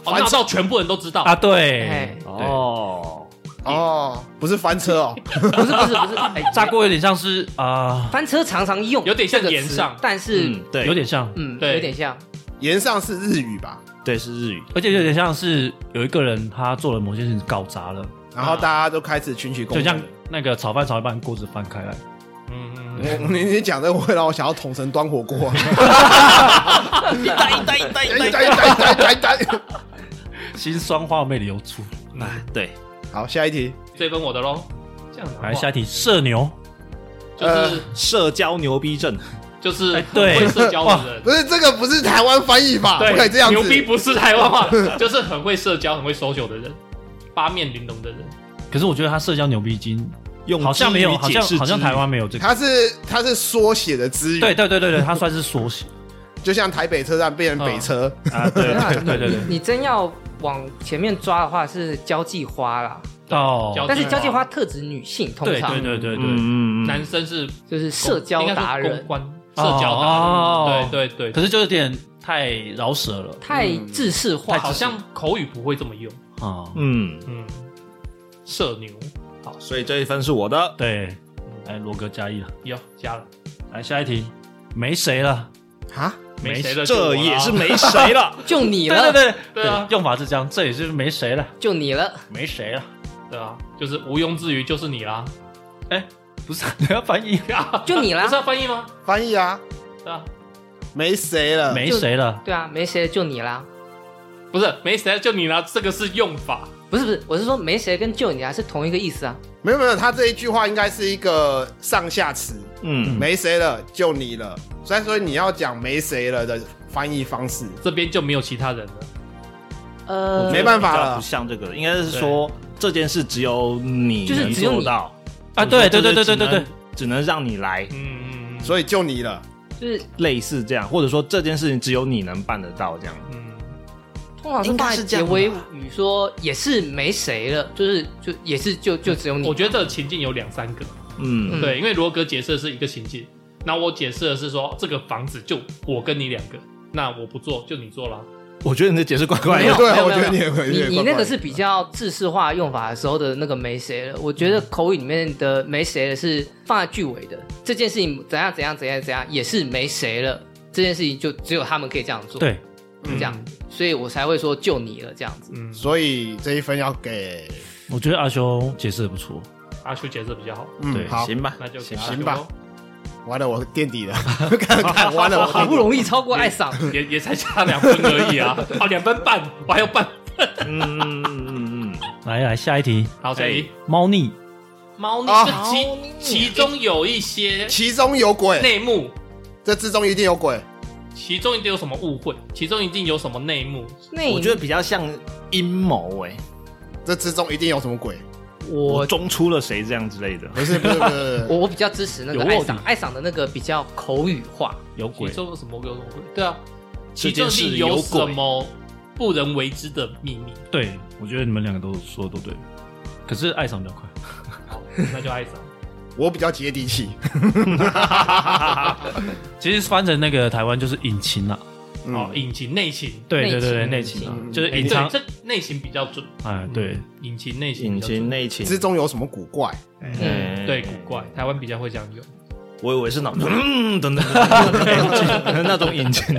S3: 哦，那到全部人都知道
S2: 啊，对
S4: 哎，
S2: 哦，
S5: 哦，
S1: 哦，不是翻车哦，
S4: 不是不是不是，哎，
S2: 炸锅有点像是啊，
S4: 翻车常常用，
S3: 有点像
S4: 这个
S3: 延
S4: 词
S3: 上
S4: 但是
S5: 嗯，对，
S2: 有点像，
S4: 嗯，
S3: 对
S4: 有点像，
S1: 岩上是日语吧？
S5: 对是日语，
S2: 而且有点像是有一个人他做了某件事情搞砸了，
S1: 然后大家都开始群起
S2: 就
S1: 攻
S2: 像
S1: 击。
S2: 那个炒饭炒一半锅子翻开来，
S3: 嗯嗯嗯，
S1: 我 你你讲这个会让我想要统神端火锅啊，
S2: 哎
S1: 哎
S5: 呆呆呆
S1: 呆呆呆呆呆呆。
S2: 新酸话妹的流出。
S5: 对，
S1: 好，下一题，
S3: 追分我的喽。这样
S2: 来
S3: 来
S2: 下一题，社牛，
S3: 就是
S5: 社交牛逼症，
S3: 就是
S2: 哎对
S3: 很会社交的 人。
S1: 不是这个不是台湾翻译吧？不可以这
S3: 对，
S1: 样子
S3: 牛。逼不是台湾话，就是很会社交、很会 social 的人，八面玲珑的人。
S2: 可是我觉得他社交牛逼精
S5: 用
S2: 好像没有，
S5: 基于
S2: 好
S5: 解
S2: 像
S5: 释
S2: 好像
S5: 之语
S2: 台湾没有这个。
S1: 它是它是缩写的资
S2: 对
S1: 源，
S2: 对对对对，它算是缩写。
S1: 就像台北车站变成北车，
S5: 啊，对
S2: 对对对对，
S4: 你真要往前面抓的话，是交际花啦。
S2: 到
S3: 交
S4: 但是交际花特指女性，通
S2: 对
S4: 常
S2: 哦对对对对。
S5: 嗯嗯嗯，
S3: 男生是公
S4: 就是社交达
S3: 应该是
S4: 人
S3: 公，关、
S2: 哦
S3: 社交达
S2: 哦
S3: 人。对对对，
S2: 可是就有点太饶舌了
S4: 太制式化，
S3: 好像口语不会这么用。
S2: 啊。
S5: 嗯，
S3: 嗯，社牛
S5: 好，所以这一分是我的，
S2: 对，来罗哥加一了。
S3: 有加了，
S2: 来下一题，没谁了。
S1: 啊，
S3: 没谁了，
S5: 这也是没谁了，
S4: 就你
S2: 对对
S4: 了，
S2: 对
S3: 对啊
S2: 用法是这样，这也是没谁了，
S4: 就你了，
S2: 没谁了。
S3: 对啊，就是毋庸置疑，就是你 啦。
S2: 不是啊你要翻译，
S4: 就你
S3: 不是
S4: 啦，
S3: 要翻译吗？
S1: 翻译啊，
S3: 啊对啊，
S1: 没谁了，
S2: 没谁了。
S4: 对啊，没谁就你啦，
S3: 不是没谁了，就你啦。这个是用法，
S4: 不是不是，我是说没谁跟就你啦是同一个意思啊，
S1: 没有没有，他这一句话应该是一个上下词，
S5: 嗯，
S1: 没谁了，就你了。所以说你要讲没谁了的翻译方式，
S3: 这边就没有其他人了。
S4: 呃，
S1: 没办法了
S5: 不像这个，应该是说这件事只有你
S4: 就是
S5: 能
S4: 只有
S5: 做
S4: 你
S5: 到
S2: 啊
S5: 就是说
S2: 对对
S5: 这
S2: 对
S5: 是
S2: 对对
S5: 只能，只能让你来，
S3: 嗯嗯嗯，
S1: 所以就你了。
S4: 就是
S5: 类似这样，或者说这件事情只有你能办得到这样，
S3: 嗯，
S4: 通常是
S5: 应该
S4: 放在
S5: 是这
S4: 结
S5: 样吧
S4: 尾语说也是没谁了，就是就也是就就只有你，
S3: 我觉得这个情境有两三个，
S5: 嗯
S4: 嗯
S3: 对，因为罗格解释的是一个情境，那我解释的是说这个房子就我跟你两个，那我不做就你做啦。
S5: 我觉得你的解释怪怪
S4: 没有
S5: 的，
S1: 对啊
S4: 没有
S1: 我
S4: 没有
S1: 觉得
S4: 没
S1: 你也
S4: 有
S1: 会
S4: 你
S1: 有点怪
S4: 你
S1: 怪
S4: 那
S1: 的
S4: 个是比较制式化用法的时候的那个没谁了，我觉得口语里面的没谁了是放在句尾的，这件事情怎样怎样怎样怎样也是没谁了，这件事情就只有他们可以这样做，
S2: 对，
S1: 嗯
S4: 这样，所以我才会说就你了这样子，
S3: 嗯，
S1: 所以这一分要给，
S2: 我觉得阿修解释的不错。
S3: 阿修解释比较好，
S1: 嗯，
S2: 对
S1: 好，
S5: 行吧，
S3: 那就给
S5: 行
S3: 阿
S1: 行
S3: 修
S1: 吧
S3: 咯，
S1: 完了我垫底了， 看看 完了我
S4: 好
S1: 垫
S4: 不
S1: 底了
S4: 容易超过爱上，
S3: 也也才差两分而已啊，哦，两分半，我还有半
S5: 嗯嗯哎嗯嗯
S2: 来来，下一题，
S3: 好，这里
S2: 猫腻
S3: 猫
S1: 啊
S3: 腻这其其中有一些
S1: 其中有鬼，
S3: 内幕，
S1: 这之中一定有鬼。
S3: 其中一定有什么误会，其中一定有什么内幕。
S4: 那
S5: 嗯，我觉得比较像阴谋哎，
S1: 这之中一定有什么鬼？
S5: 我
S4: 我
S5: 中出了谁这样之类的。
S1: 不是不是不是，
S4: 我我比较支持那个
S2: 有
S4: 爱
S2: 卧底
S4: 赏，爱赏的那个比较口语化。
S2: 有
S3: 其
S2: 鬼，
S3: 中有什么有什么鬼？对啊，
S5: 这
S3: 其
S5: 件
S3: 中
S5: 事
S3: 一定
S5: 有
S3: 有
S5: 鬼
S3: 什么不人为之的秘密，
S2: 对我觉得你们两个都说的都对，可是爱上比较快。
S3: 那就 爱上。
S1: 我比较接地气。
S2: 其实翻成那个台湾就是隐情啊，
S3: 哦，
S1: 嗯，
S3: 隐情内情，
S2: 对
S4: 内
S2: 对对对，
S4: 情
S2: 内情啊
S1: 嗯，
S2: 就是
S3: 哎
S2: 隐
S3: 对，
S2: 藏，
S3: 这内情比较准。
S2: 哎，对，
S3: 隐情内
S5: 啊
S3: 情
S5: 引
S3: 比较准，
S5: 擎内情
S1: 之中有什么古怪？
S4: 嗯，
S5: 哎
S3: 对古怪，台湾比较会这样用。
S5: 我以为是那种嗯等等等等等那种引擎，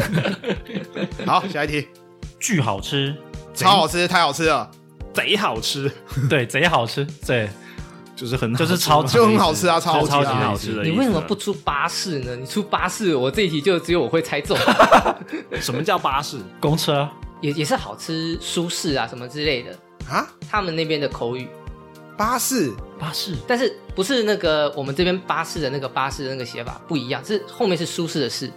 S1: 好，下一题，
S2: 巨好吃，
S1: 超好吃，太好吃了，
S5: 贼好吃，
S2: 对，贼好吃，对，
S5: 就是很
S2: 就是超
S1: 就很好吃啊，超
S2: 超
S1: 好吃
S2: 级
S1: 啊。
S2: 好
S5: 好
S2: 吃
S5: 吃的
S2: 的
S5: 意
S4: 你
S5: 思。
S4: 为什么不出巴士呢？你出巴士，我这一题就只有我会猜 中，
S5: 什么叫巴士？
S2: 公车啊，
S4: 也也是好吃、舒适啊什么之类的，
S1: 啊，
S4: 他们那边的口语，
S1: 巴士
S2: 巴士，
S4: 但是不是那个我们这边巴士的那个巴士的那个写法不一样，是后面是舒适的适，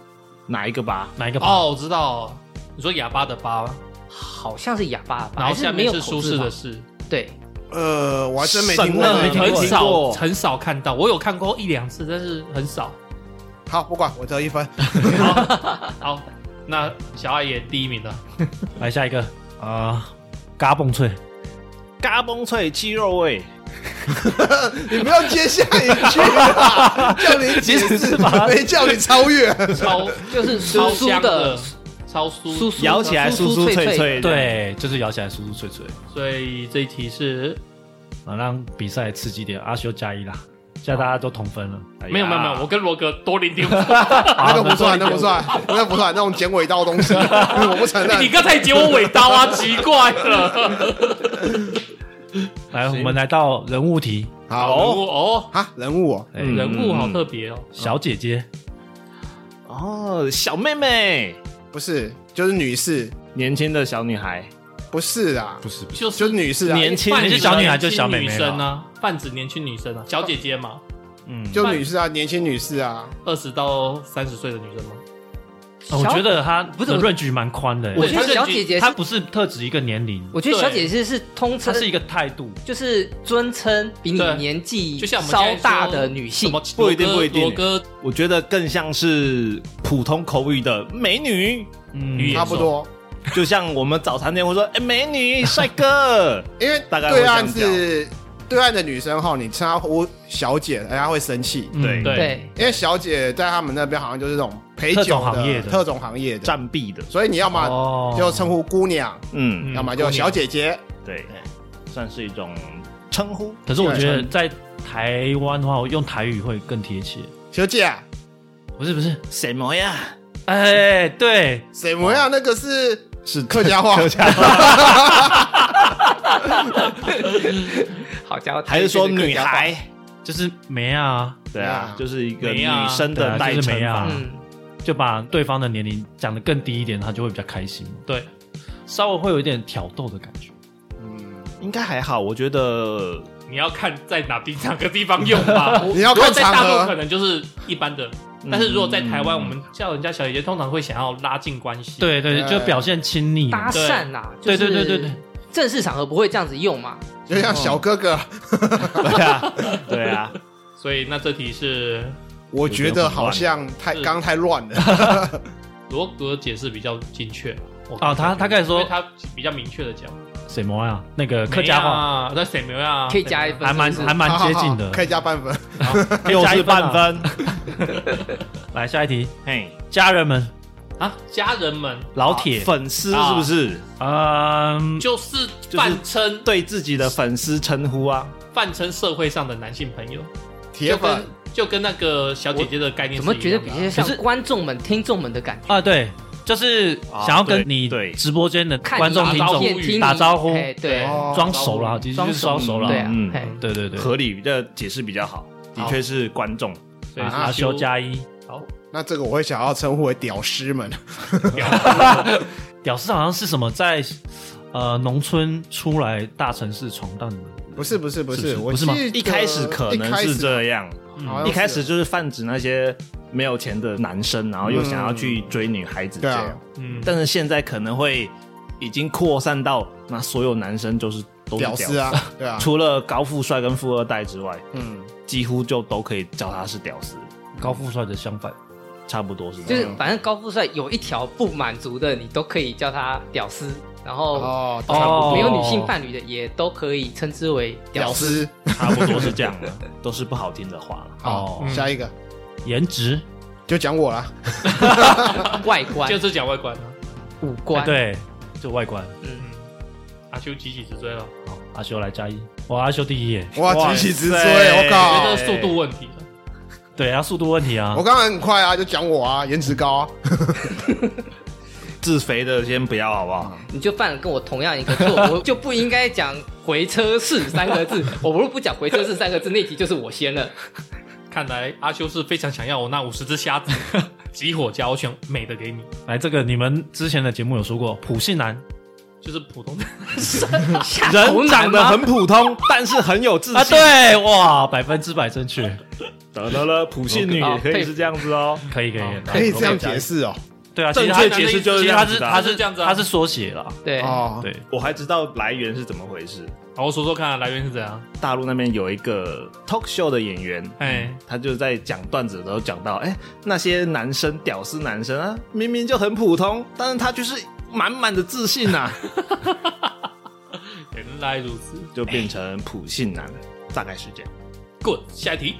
S5: 哪一个巴？
S2: 哪一个？
S3: 哦，我知道，你说哑巴的巴吗，
S4: 好像是哑巴吧，
S3: 然后下
S4: 还没
S3: 面
S4: 有
S3: 是
S4: 口
S3: 舒
S4: 字
S3: 适
S4: 旁
S3: 的适，
S4: 对，
S1: 呃，我还真没听过
S5: 神啊
S1: 这
S5: 没听
S1: 个。
S5: 过
S3: 很
S5: 听
S3: 少
S5: 过
S3: 很少看到，我有看过一两次，但是很少。
S1: 好，不管我得一分。
S3: 好，那小爱也第一名了，
S2: 来下一个啊，嘎嘣脆，
S5: 嘎嘣脆鸡肉味，
S1: 你不要接下一句啦，叫你解释，没叫你超越。
S3: 超
S4: 就是
S3: 超
S4: 酥酥
S3: 香
S4: 的，
S3: 超酥
S4: 酥酥
S5: 咬起来酥
S4: 酥
S5: 酥
S4: 酥
S5: 脆
S4: 脆
S5: 脆。，
S2: 对，就是咬起来酥酥脆脆，
S3: 所以这一题是
S2: 啊，让比赛刺激点，阿修加一啦，现在大家都同分了，
S5: 哎呀
S3: 没有没有没有，我跟罗格多零点五。
S1: 那个不算，那不算，那不算，那种剪尾刀的东西，我不承
S3: 你
S1: 认。
S3: 刚才截我尾刀啊，奇怪了。
S2: 来，我们来到人物题，
S1: 好
S3: 人物哦，
S1: 啊，人物哦，
S2: 哎
S5: 嗯
S3: 人物好特别哦。
S2: 小姐姐，
S5: 哦，小妹妹，
S1: 不是，就是女士，
S5: 年轻的小女孩，
S1: 不是啊，
S2: 不是不是，
S3: 就
S1: 就是
S3: 是
S1: 女士啊，
S5: 年轻
S3: 泛指
S2: 你是小女孩就
S3: 年轻
S2: 小妹妹
S3: 女
S2: 了
S3: 生啊，泛指年轻女生啊，小姐姐嘛，
S2: 嗯，
S1: 就女士啊，年轻女士啊，
S3: 二十到三十岁的女生吗？
S2: 我觉得她不
S4: 不是我
S2: range 蛮宽的，
S4: 我觉
S3: 对
S4: 得
S3: 它是
S4: 小姐姐是
S2: 她，不是特指一个年龄，
S4: 我觉得小姐
S3: 对
S4: 姐是通
S2: 她
S4: 称，
S2: 是一个态度，
S4: 就是尊称比你
S3: 对
S4: 年纪
S3: 就像我们
S4: 稍
S3: 现在
S4: 大
S3: 说
S4: 的女
S3: 什
S4: 性
S3: 么，
S5: 不一定不一定
S3: 罗哥
S5: 我觉得更像是普通口语的美女，
S2: 嗯
S3: 语言
S1: 差不多，
S5: 就像我们早餐店会说，哎，美女，帅 哥，
S1: 因为
S5: 大概会
S1: 对岸
S5: 这样
S1: 是对岸的女生哈，你称她呼小姐，人家会生气，
S5: 嗯对
S3: 对
S4: 对，
S1: 因为小姐在他们那边好像就是这种陪
S2: 特种
S1: 酒
S2: 行业的
S1: 特种行业的，
S5: 占壁的，
S1: 所以你要么
S2: 哦
S1: 就称呼姑娘，
S5: 嗯，
S1: 要么就小姐姐，
S5: 对，算是一种称呼。
S2: 可是我觉得
S1: 对
S2: 在台湾的话，我用台语会更贴切。
S1: 小姐，啊
S2: 不是不是，
S5: 什么呀？
S2: 哎，对，
S1: 什么呀？啊那个是
S5: 是
S1: 客家话，
S5: 客家话，
S4: 好家伙，
S5: 还是说
S4: 这个更
S5: 女
S4: 加棒？
S5: 孩？
S2: 就是没啊，
S5: 对
S1: 对
S5: 啊，
S1: 啊
S5: 就是一个
S3: 没
S5: 女
S3: 啊
S5: 生
S2: 对
S5: 的
S2: 啊
S5: 代
S2: 就是
S5: 称
S2: 没
S5: 法
S2: 啊。
S4: 嗯，
S2: 就把对方的年龄讲得更低一点，他就会比较开心，
S3: 对
S2: 稍微会有一点挑逗的感觉。
S1: 嗯，
S5: 应该还好，我觉 得
S3: 你要看在哪地哪个地方用吧。
S1: 你要
S3: 如果
S1: 看
S3: 在
S1: 场
S3: 大陆可
S1: 合，
S3: 能就是一般的，但是如果在台湾，我们叫人家小姐姐，通常会想要拉近关系。，
S2: 对对，
S1: 哎
S2: 就表现亲昵嘛。
S4: 搭讪呐，
S2: 对
S4: 就是
S2: 对对对对，
S4: 正式场合不会这样子用嘛？
S1: 就像小哥哥，
S5: 对啊，对啊，
S3: 所以那这题是
S1: 我觉得好像太
S3: 是
S1: 刚刚太乱了，
S3: 罗格解释比较精确。我
S2: 啊他他刚才说
S3: 因为他比较明确的讲
S2: 什么呀？那个客家话
S3: 话，那谁没啊有啊？
S4: 可以加一分
S2: 还蛮
S4: 是不是
S2: 还蛮接近
S1: 好好好
S2: 的。
S1: 可以加半分。
S5: 又
S2: 加一
S5: 是
S2: 分啊
S5: 半分。
S2: 来下一题，
S5: 嘿，
S2: 家人们，
S3: 啊，家人们
S2: 老铁，
S5: 粉丝是不是
S2: 嗯，
S3: 就是泛称
S5: 啊对自己的粉丝称呼啊？
S3: 泛称社会上的男性朋友，
S1: 铁
S3: 就
S1: 粉
S3: 跟就跟那个小姐姐的概念
S4: 怎
S3: 是
S4: 么
S3: 一
S4: 觉得
S3: 样
S4: 比
S3: 的
S4: 较
S3: 啊
S4: 像
S2: 可是
S4: 观众们、听众们的感觉？
S2: 啊，对，就是想要跟你
S5: 对对
S2: 直播间的
S4: 看
S2: 观众听
S4: 你打照
S2: 众
S4: 片
S3: 众
S4: 听你
S2: 打招呼
S4: 哎对，
S1: 哦
S2: 装熟啦，其实就是装
S4: 装
S2: 熟
S4: 熟
S2: 啦。
S4: 对啊
S5: 嗯，
S4: 嘿
S2: 对对对，
S5: 合理的解释比较好，的确是观众。
S3: 所以是
S2: 阿修加一，
S3: 好
S1: 那这个我会想要称呼为屌丝们，
S2: 屌丝好像是什么在呃农村出来大城市闯荡的？
S1: 不是不是不
S2: 是
S1: 是，
S2: 不是
S1: 我
S2: 不是吗
S1: 记得
S5: 一开始可能是这样，
S1: 好像是
S5: 一开始就是泛指那些没有钱的男生，然后又想要去追女孩子这
S1: 对
S5: 样
S1: 啊。
S3: 嗯，
S5: 但是现在可能会已经扩散到那所有男生就是都是
S1: 屌丝啊，对 啊，
S5: 除了高富帅跟富二代之外，
S1: 嗯，
S5: 几乎就都可以叫他是屌丝，
S2: 高富帅的相反，
S5: 差不多是这
S4: 就
S5: 样。
S4: 是反正高富帅有一条不满足的，你都可以叫他屌丝，然后
S1: 哦，
S2: 差不多
S4: 没有女性伴侣的也都可以称之为
S1: 屌
S4: 屌丝。
S1: 丝，
S5: 差不多是这样的， 都是不好听的话了。
S1: 好
S2: 哦，
S1: 下一个
S2: 颜值
S1: 就讲我啦，
S4: 外观
S3: 就是讲外观啊。
S4: 五官，
S2: 哎，对，就外观。
S4: 嗯，
S3: 阿修急起直追啊了，
S2: 好，阿修来加一，哇，阿修第一耶！
S1: 哇，
S5: 哇
S1: 举起直追，
S5: 塞
S1: 我
S3: 因
S1: 靠
S3: 为，这是速度问题。
S2: 对啊，速度问题啊
S1: 我，刚才很快啊，就讲我啊，颜值高啊，
S5: 自肥的先不要好不好？
S4: 你就犯了跟我同样一个错，我 就不应该讲回车式三个字。 我如果不讲回车式三个字，那题就是我先了。
S3: 看来阿修是非常想要我那五十 只虾子，急火加我选美的给你，
S2: 来这个你们之前的节目有说过，普信男
S3: 就是普通的。
S4: 头 男
S5: 人长得
S4: 吗
S5: 很普通，但是很有自信。
S2: 啊，对，哇，百分之百正确，
S5: 得了 了，普信女也可以是这样子哦。
S2: 可以可以，
S1: 可以这样解释哦，
S2: 对啊，其
S5: 正
S2: 实
S5: 确
S2: 他
S5: 解释就
S2: 其
S5: 是这
S2: 实
S5: 样
S2: 他
S5: 子
S2: 是
S5: 的
S2: 他
S5: 啊。
S3: 是这样子啊
S2: 他是缩写了，
S4: 对，
S1: 哦，
S2: 对，
S5: 我还知道来源是怎么回事。
S3: 好，我说说看啊来源是怎样？
S5: 大陆那边有一个 talk show 的演员，
S3: 哎，
S5: 他就在讲段子的时候讲到，哎、那些男生屌丝男生啊，明明就很普通，但是他就是满满的自信呐、啊，嗯
S3: 原来如此。
S5: 就变成普信 男了，大概是这样。
S3: Good，下一题，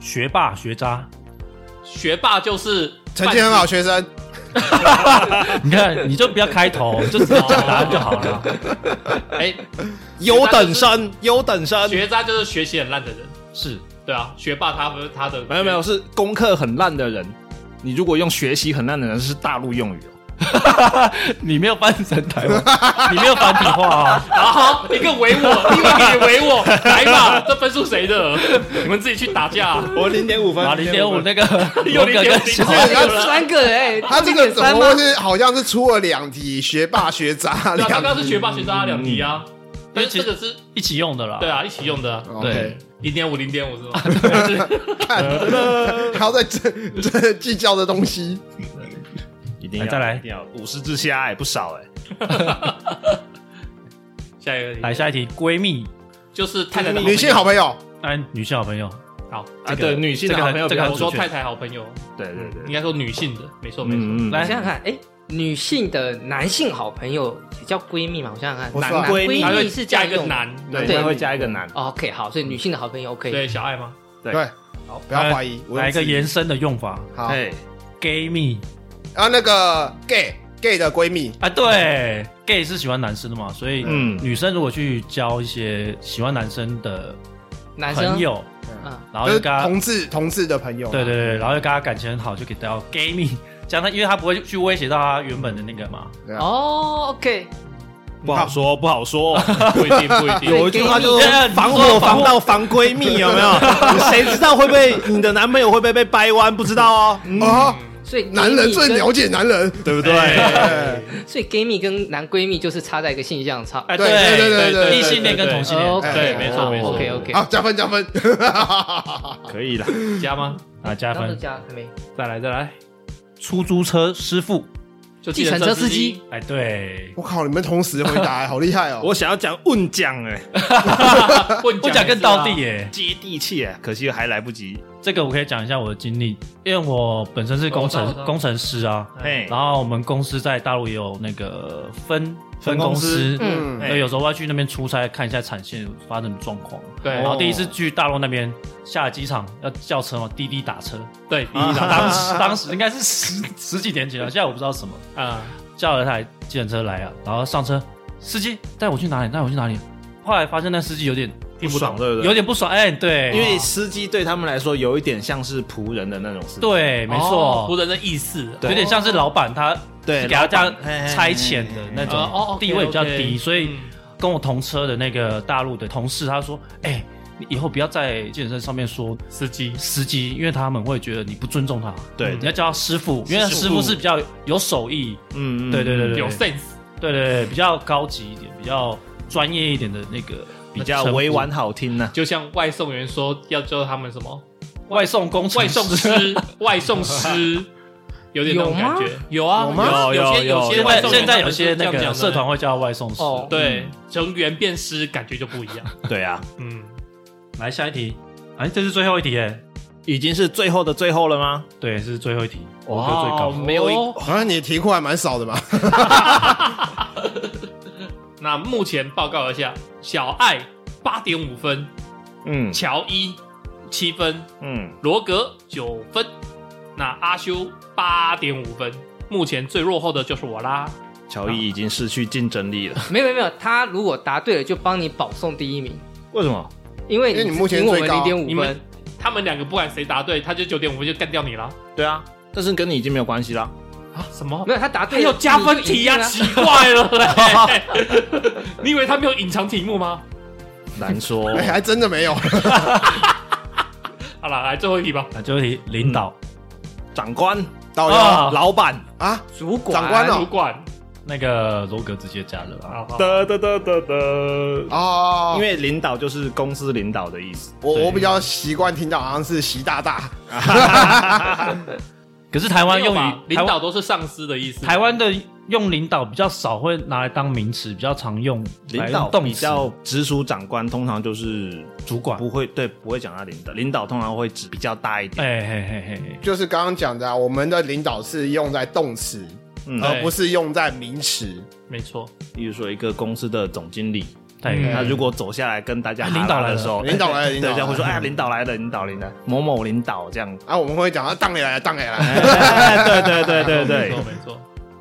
S2: 学霸学渣，
S3: 学霸就是
S1: 成绩很好，学生，
S2: 你看你就不要开头，就直接讲答案就好了。
S3: 半天。
S5: 优等生，优等
S3: 哎，
S5: 生，
S3: 学渣就是学习很烂的人。
S2: 是
S3: 对啊，学霸他不是他的
S5: 没有没有，是功课很烂的人。你如果用学习很烂的人是大陆用语哦，
S2: 你没有翻成台湾， 你没有繁体化啊，
S3: 好，一个围 我，另外一个也围我，来吧，这分数谁的？ 你们自己去打架、
S5: 我零点五分
S2: 啊零点五那个
S3: 又
S2: 有哥跟
S3: 0.5
S2: 小
S1: 这个
S4: 有
S1: 他
S4: 三个哎，
S1: 他这个怎么
S4: 3.3
S1: 会
S4: 吗？
S1: 是好像是出了两题，学霸学渣
S3: 对啊，
S1: 两
S3: 刚刚
S1: 题
S3: 是学霸学渣两题
S5: 嗯
S3: 啊，但是这个是
S2: 一起用的啦。
S3: 对，啊，一起用的、啊，
S1: 哦，OK，
S3: 零点五零点五是
S2: 啊
S3: 吗？
S1: 还要在这这计较的东西，
S5: 一定要
S2: 哎来再来
S5: 一定要五十之虾哎、不少哎、
S3: 下一个题
S2: 来下一题，闺蜜，
S3: 就是太太的
S1: 女性好朋友，
S2: 哎，女性好朋友，
S3: 好，
S5: 啊，对，女性的
S2: 这个
S5: 好朋友
S2: 这
S5: 比
S2: 个
S5: 较
S3: 我
S5: 多，
S3: 说太太好朋友，
S5: 对对对
S3: 应
S5: 对，
S3: 该说女性的，没错没错。
S5: 嗯
S4: 我
S2: 来
S4: 想想看，哎，女性的男性好朋友也叫闺蜜嘛？我想想
S1: 不
S4: 看，
S1: 是
S4: 男
S1: 啊
S4: 男闺
S3: 还
S4: 蜜
S3: 会
S4: 是这
S3: 加
S4: 样
S3: 一个
S4: 用的。
S3: 男，
S5: 对，
S4: 对
S5: 他会加一个男，
S4: 哦 OK，好，所以女性的好朋友 OK，
S3: 对小 爱吗？
S5: 对
S1: 对，
S3: 好
S1: 不要怀疑，我
S2: 哎来一个延伸的用法
S1: 好，
S5: 哎，
S2: ，gay 蜜
S1: 然后那个 gay gay 的闺蜜，
S2: 啊，对，gay 是喜欢男生的嘛，所以
S5: 嗯
S2: 女生如果去交一些喜欢男生的
S4: 男
S2: 朋
S4: 生，
S2: 友，
S4: 嗯，
S2: 然后
S1: 就
S2: 就是跟他，
S1: 同志同志的朋友，
S2: 对对对，然后就跟他感情很好，就给到 gay 蜜，这样他因为他不会去威胁到他原本的那个嘛，
S1: 对啊，
S4: 哦 OK，
S5: 不好说，不好 说。
S3: 不一定不一定。
S5: 有一句话就是
S2: 闺
S5: 说
S2: 蜜
S5: 防
S2: 你
S5: 火
S2: 说
S5: 防到防闺蜜，有 没有？谁知道会不会你的男朋友会不会被掰弯？不知道哦，嗯
S1: 啊，
S4: 所以
S1: 男人最了
S4: 聊，
S1: 解男人，
S2: 嗯
S5: 对不对？
S1: 哎
S4: 所以 gay 蜜跟男闺蜜就是差在一个性向差。哦
S2: 哎，
S1: 对对对对对对
S2: 异性恋跟同性恋，啊
S4: OK，
S1: 对没错啊
S3: 没错
S4: OK OK，
S1: 好，加分加分，
S5: 可以的，
S3: 加吗？
S2: 啊，加
S4: 当时
S2: 分，
S4: 加还没。
S2: 再来再来，出租车师傅，
S3: 就
S4: 计程车司机，
S2: 哎，对，
S1: 我靠，你们同时回答，好厉害哦！
S5: 我想要讲问讲哎，
S3: 问
S2: 我讲更到地耶，
S5: 接地气哎，可惜还来不及。
S2: 这个我可以讲一下我的经历，因为我本身是工
S3: 哦我
S2: 程
S3: 知道
S2: 工程师啊，
S5: 哎，
S2: 然后我们公司在大陆也有那个分
S5: 分
S2: 公
S5: 公司
S2: 司，
S1: 嗯
S2: 所以有时候要去那边出差看一下产线发生什么状
S5: 哦
S2: 况。
S3: 对
S2: 然后第一次去大陆那边下了机场要叫车嘛，滴滴打 车，
S3: 对第
S2: 滴
S3: 一
S2: 滴打
S3: 场
S2: 当时当时应该是十十几年前了，现在我不知道什么，
S3: 啊，
S2: 叫了台计程车来啊，然后上车，司机带我去哪里？带我去哪里？后来发现那司机有点
S5: 不爽对不对？
S2: 有点不爽，哎，对，
S5: 因为司机对他们来说有一点像是仆人的那种司机，
S2: 对，没
S3: 哦仆
S2: 错，
S3: 人的意思，
S5: 对
S2: 有点像是老板他
S5: 对，
S2: 给他这
S5: 老
S2: 样
S5: 板嘿嘿嘿
S2: 差遣的那
S3: 呃
S2: 种。
S3: 哦，
S2: 地位比较低
S3: OK，OK，
S2: 所以
S3: 嗯
S2: 跟我同车的那个大陆的同事，他说：“哎、你以后不要在健身上面说
S3: 司机
S2: 司机，因为他们会觉得你不尊重他。嗯
S5: 对
S2: 你要叫他师傅，因为他师傅是比较有手艺。
S5: 嗯，嗯
S2: 对对对对
S3: 有 sense，
S2: 对对对，比较高级一点，比较专业一点的那个，
S5: 比较委婉。好听 呢、
S3: 就像外送员说要叫他们什么
S2: 外送工程
S3: 外送
S2: 师
S3: 师，外送师，有点那种感觉。有啊，
S1: 有
S5: 吗
S3: 有些
S5: 有有
S3: 有些
S2: 现
S3: 外
S2: 在
S3: 送员
S2: 现在有些那个
S3: 他们是这样讲的
S2: 社团会叫外送师。嗯
S4: 哦
S3: 对成员变师，感觉就不一 样。
S5: 对啊，
S3: 嗯，
S2: 来下一题，哎，这是最后一题耶，
S5: 已经是最后的最后了吗？
S2: 对，这是最后一题，我得最高。
S5: 没有一
S3: 哦
S1: 好像你题库还蛮少的嘛。
S3: 那目前报告一下，小爱八点五分，
S5: 嗯
S3: 乔伊七分，
S5: 嗯，
S3: 罗格九分，那阿修八点五分。目前最落后的就是我啦。
S5: 乔伊已经失去竞争力 了。
S4: 没有没有没有，他如果答对了，就帮你保送第一名，
S5: 为什么？
S4: 因为
S1: 因为你目前
S4: 赢我们
S1: 最高
S4: 零点
S3: 你
S4: 五
S3: 们
S4: 分。
S3: 他们两个不管谁答对，他就九点五分就干掉你了
S5: 对啊，但是跟你已经没有关 系啦。
S3: 啊？什么？
S4: 没有，他答
S3: 还
S4: 对了
S3: 有加分题啊呀、
S4: 你就赢啊
S3: 奇怪 了嘞！你以为他没有隐藏题目吗？
S5: 难
S2: 哦
S5: 说
S1: 哎，还真的没有。
S3: 好了，来最后一题吧。
S2: 啊，最后一题，领导
S3: 嗯
S5: 长官、
S1: 导游
S3: 啊，
S5: 老板，
S1: 啊，
S4: 主管
S1: 长官
S3: 主
S1: 哦，
S3: 管，
S2: 那个罗格直接加了啊
S3: 好，好
S5: 得得得得得。
S1: 哦，
S5: 因为领导就是公司领导的意思。
S1: 我
S2: 对
S1: 我比较习惯听到好像是习大大，
S2: 可是台湾用
S3: 没有
S2: 语，
S3: 吧领
S2: 台
S3: 导
S2: 湾
S3: 都是上司的意思。
S2: 台湾的用领导比较少会拿来当名词，比较常用
S5: 领
S2: 来
S5: 导
S2: 用动
S5: 比
S2: 词
S5: 较直属长官，通常就是
S2: 主管。
S5: 不会对不会讲他领导，领导通常会指比较大一点。
S2: 哎嘿嘿嘿嘿，
S1: 就是刚刚讲的、啊，我们的领导是用在动词，
S5: 嗯，
S3: 对
S1: 而不是用在名词。
S3: 没错，
S5: 例如说一个公司的总经理，
S3: 嗯
S2: 对，
S5: 他如果走下来跟大家
S2: 哎领导来了
S5: 哈拉的时候，
S1: 领导来了
S5: 对
S1: 领导来了
S5: 大家会说哎，领导来了，领导领导某某领导这样。
S1: 啊，我们会讲啊，当然来，当然来。
S5: 哎对对对对
S3: 没错
S5: 对，
S3: 没错。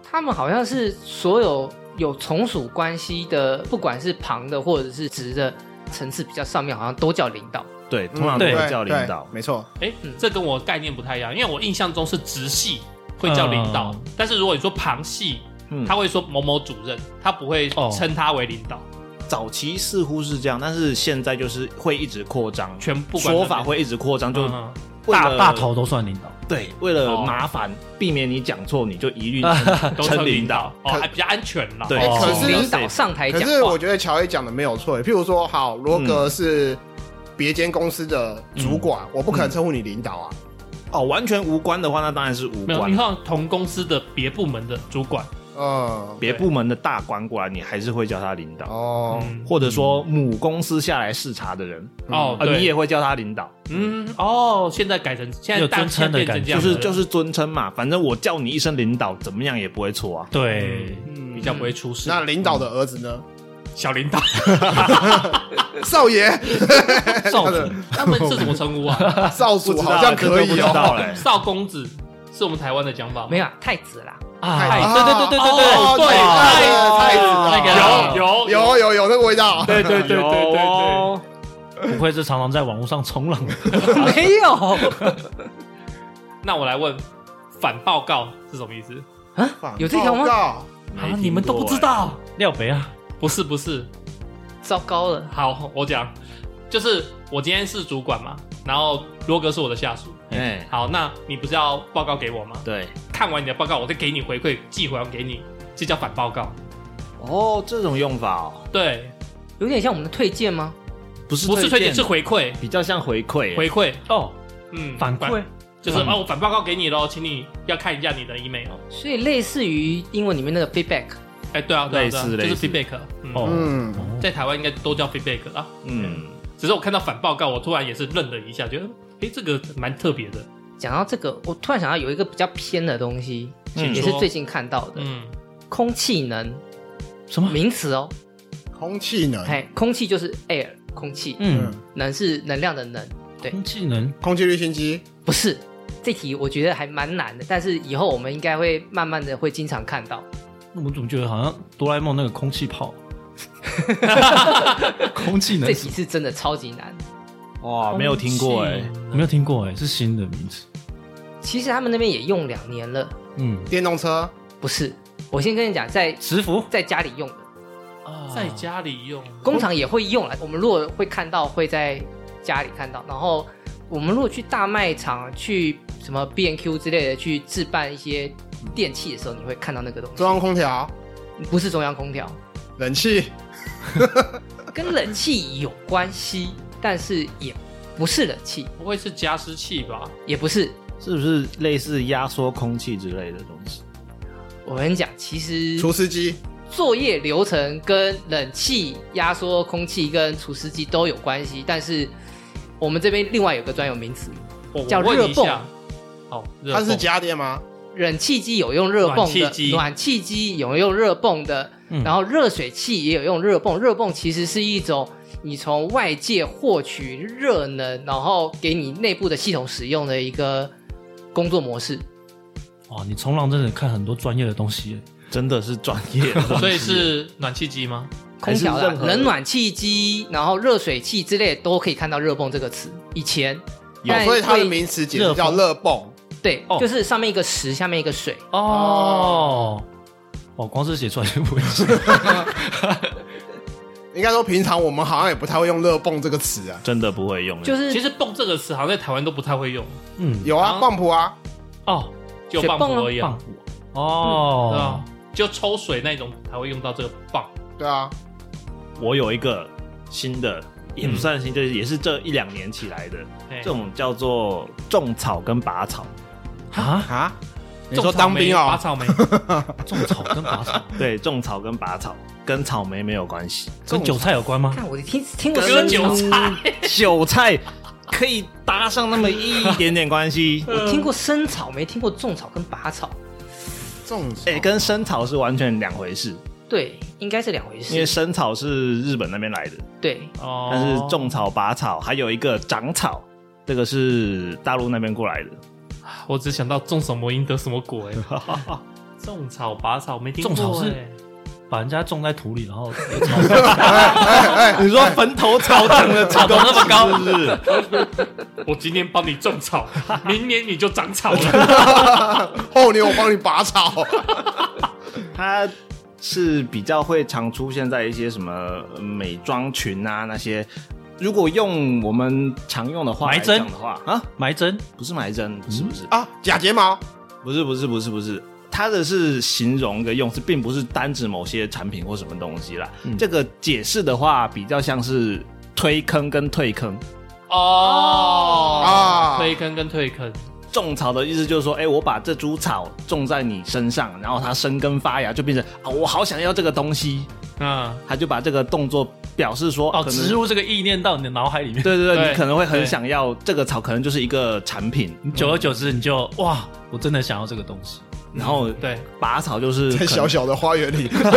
S4: 他们好像是所有有从属关系的，不管是旁的或者是直的层次比较上面，好像都叫领导。
S5: 对，通常都
S2: 对
S5: 会叫领导
S1: 对。没错。
S3: 哎、这跟我概念不太一样，因为我印象中是直系会叫领导，
S2: 嗯
S3: 但是如果你说旁系，
S5: 嗯
S3: 他会说某某主任，他不会
S2: 哦
S3: 称他为领导，
S5: 早期似乎是这样，但是现在就是会一直扩张，
S3: 全不管
S5: 说法会一直扩张，就
S3: 嗯嗯
S5: 为
S2: 大
S5: 了
S2: 大头都算领导。
S5: 对，为了
S3: 哦
S5: 麻烦，避免你讲错，你就一律 称
S3: 都称
S5: 称
S3: 领
S5: 领
S3: 导
S5: 导。
S3: 哦，
S1: 可
S3: 还比较安全啦。
S5: 对
S3: 哦
S1: 可是
S4: 领导上台
S1: 可
S4: 哎讲
S1: 是我
S4: 话，
S1: 觉得乔伊讲的没有错，譬如说，好，罗格是别间公司的主管，我不可能称呼你领导啊。
S5: 哦，完全无关的话，那当然是无
S3: 没有，
S5: 关。
S3: 你看同公司的别部门的主管，
S1: 嗯，
S5: 别部门的大官过来，你还是会叫他领导，
S1: 哦，
S3: 嗯，
S5: 或者说母公司下来视察的人，
S3: 哦，
S5: 啊，
S3: 对，
S5: 你也会叫他领导，
S3: 嗯，哦，现在改成现在
S2: 有
S3: 大
S2: 尊称的
S3: 现在
S2: 感觉
S3: 变成这
S5: 就
S3: 样子
S5: 是
S3: 了，
S5: 就是尊称嘛。反正我叫你一声领导，怎么样也不会错啊。
S2: 对，
S3: 嗯比较不会出事。
S1: 那领导的儿子呢？
S3: 小领导，
S1: 少爷，
S2: 少主
S3: 他们是怎么称呼 啊？
S1: 少
S5: 不
S1: 主
S5: 知道
S1: 好像可
S5: 这都不
S1: 以
S5: 知
S1: 哦。
S5: 道嘞。
S3: 少公子是我们台湾的讲法吗？
S4: 没有啊太子啦，
S3: 嗯
S2: 啊，
S1: 太
S2: 对对对对对
S3: 哦
S2: 对，
S3: 对
S1: 太子
S2: 那个
S1: 太子
S3: 有有
S1: 有有有那个味道。
S5: 对对对对对对，
S2: 不愧是常常在网络上冲 浪的。
S4: 没有。
S3: 那我来问，反报告是什么意思？
S4: 啊有这条吗
S1: 吗？
S5: 没
S3: 啊，你们都不知道？
S2: 廖北啊，
S3: 不是不是，
S4: 糟糕了，
S3: 好，我讲，就是我今天是主管嘛，然后罗格是我的下属。
S5: 听过哎？哎，
S3: 好，那你不是要报告给我吗？
S5: 对，
S3: 看完你的报告，我再给你回馈，寄回来给你，这叫反报告。
S5: 哦，这种用法哦，
S3: 对，
S4: 有点像我们的推荐吗？
S5: 不是
S3: 不是推荐，
S5: 荐，
S3: 是回馈，
S5: 比较像回馈
S3: 回馈，
S2: 哦，
S3: 嗯，
S2: 反馈，
S3: 就是哦，我反报告给你喽，请你要看一下你的 email。
S4: 所以类似于英文里面那个 feedback，
S3: 哎，对啊，对啊，对啊
S5: 类似
S3: 就是
S5: 类似
S3: feedback。嗯
S2: 哦
S1: 嗯，
S3: 在台湾应该都叫 feedback 啊。
S5: 嗯，
S3: 只是我看到反报告，我突然也是愣了一下，觉得哎，这个蛮特别的。
S4: 讲到这个，我突然想到有一个比较偏的东西，
S5: 嗯
S4: 也是最近看到的，
S3: 嗯，
S4: 空气能
S2: 什么？
S4: 名词哦，
S1: 空气能，
S4: 哎，空气就是 air，空气，
S2: 嗯
S1: 嗯，，
S4: 能是能量的能，对
S2: 空气能
S1: 空气滤清机，
S4: 不是。这题我觉得还蛮难的，但是以后我们应该会慢慢的会经常看到。
S2: 那我怎么觉得好像哆啦 A 梦那个空气炮？空气能
S4: 这题是真的超级难。
S5: 哇，没有听过哎，
S2: 我没有听过哎，是新的名词。
S4: 其实他们那边也用两年了，
S2: 嗯，
S1: 电动车，
S4: 不是？我先跟你讲，在
S2: 磁浮
S4: 在家里用的，
S3: 在家里用
S4: 工厂也会用啊了。我们如果会看到，会在家里看到。然后我们如果去大卖场、去什么 B N Q 之类的去置办一些电器的时候，你会看到那个东西
S1: 中。央空调，
S4: 不是中央空调，
S1: 冷气
S4: 跟冷气有关系，但是也不是冷气，
S3: 不会是加湿器吧？
S4: 也不是。
S5: 是不是类似压缩空气之类的东西？
S4: 我跟你讲，其实
S1: 除湿机
S4: 作业流程跟冷气压缩空气跟除湿机都有关系，但是我们这边另外有个专有名词，
S3: 我
S4: 叫
S3: 我问
S4: 热
S3: 一
S4: 泵
S3: 下，好，热
S1: 它是
S3: 泵
S1: 家电吗？
S4: 冷气机有用热泵的，
S3: 暖气机
S4: 暖气机有用热泵的，
S2: 嗯
S4: 然后热水器也有用热泵。热泵其实是一种你从外界获取热能，然后给你内部的系统使用的一个工作模式。
S2: 哇，哦你冲浪真的看很多专业的东西耶，哎
S5: 真的是专业的东西，啊
S3: 所以是暖气机吗？
S4: 空调啦
S5: 还是任，何
S4: 冷暖气机，然后热水器之类都可以看到“热泵”这个词。以前
S1: 有
S4: 但，
S1: 哦所以它的
S4: 会
S1: 名词解释叫热泵。
S4: 对，
S2: 哦
S4: 就是上面一个石，下面一个水。
S2: 哦，哦，光是写出来就不会写。
S1: 应该说，平常我们好像也不太会用“热泵”这个词啊。
S5: 真的不会用，
S4: 就是
S3: 其实“泵”这个词好像在台湾都不太会用，
S2: 嗯，
S1: 有啊，
S3: 啊
S1: 泵浦啊，
S2: 哦，
S3: 就
S4: 水
S3: 棒
S4: 泵啊
S3: 浦而已啊，
S2: 棒骨哦
S3: 啊，，就抽水那种才会用到这个棒。
S1: 对啊，
S5: 我有一个新的，也不算新，就是也是这一两年起来的，
S3: 嘿
S5: 这种叫做种草跟拔草。
S2: 啊，
S1: 啊，你
S3: 种
S1: 说
S3: 草
S1: 当兵
S3: 莓
S5: 啊
S3: 拔
S1: 哦？
S3: 草莓，
S2: 种草跟拔草
S5: 对，种草跟拔草跟草莓没有关系，
S2: 跟韭菜有关吗？
S4: 看我听听我
S3: 割
S4: 声音
S3: 韭
S4: 哦，。
S3: 菜，
S5: 韭菜可以搭上那么一点点关系
S4: 我听过生草，没听过种草跟拔草。
S1: 种草
S5: 哎、跟生草是完全两回事，
S4: 对，应该是两回
S5: 因
S4: 事。
S5: 为生草是日本那边来的，
S4: 对，
S3: 哦
S5: 但是种草、拔草，还有一个长草，这个是大陆那边过来的。
S3: 我只想到种什么因得什么 果哎、种草拔草没听过、
S2: 种
S3: 欸，
S2: 草是把人家种在土里，然后
S1: 哎
S5: 你说坟头草长的草
S3: 长得那么高
S5: 是不是？
S3: 我今天帮你 种草，明年你就长草了。
S1: 后年我帮你拔草，
S5: 它是比较会常出现在一些什么呃美妆群啊那些。如果用我们常用的话
S2: 埋
S5: 来讲
S2: 针嗯
S5: 的话啊，
S2: 埋针
S5: 不是埋针，不是不是、
S1: 啊，假睫毛
S5: 不是不是不是不是，它的是形容的用词，并不是单指某些产品或什么东西啦。
S2: 嗯
S5: 这个解释的话，比较像是推坑跟退坑。
S3: 哦
S1: 啊
S3: 推坑跟退坑，
S5: 种草的意思就是说，哎、我把这株草种在你身上，然后它生根发芽，就变成啊，我好想要这个东西，
S3: 嗯，
S5: 他就把这个动作表示说，
S2: 哦，
S5: 可能
S2: 植入这个意念到你的脑海里面，
S5: 对对对，
S3: 对
S5: 你可能会
S3: 对
S5: 很想要这个草，可能就是一个产品，
S2: 久而久之你就哇，我真的想要这个东西，
S5: 然后
S3: 对，
S5: 拔草就是可
S1: 在
S5: 能
S1: 小小的花园里，
S2: 挖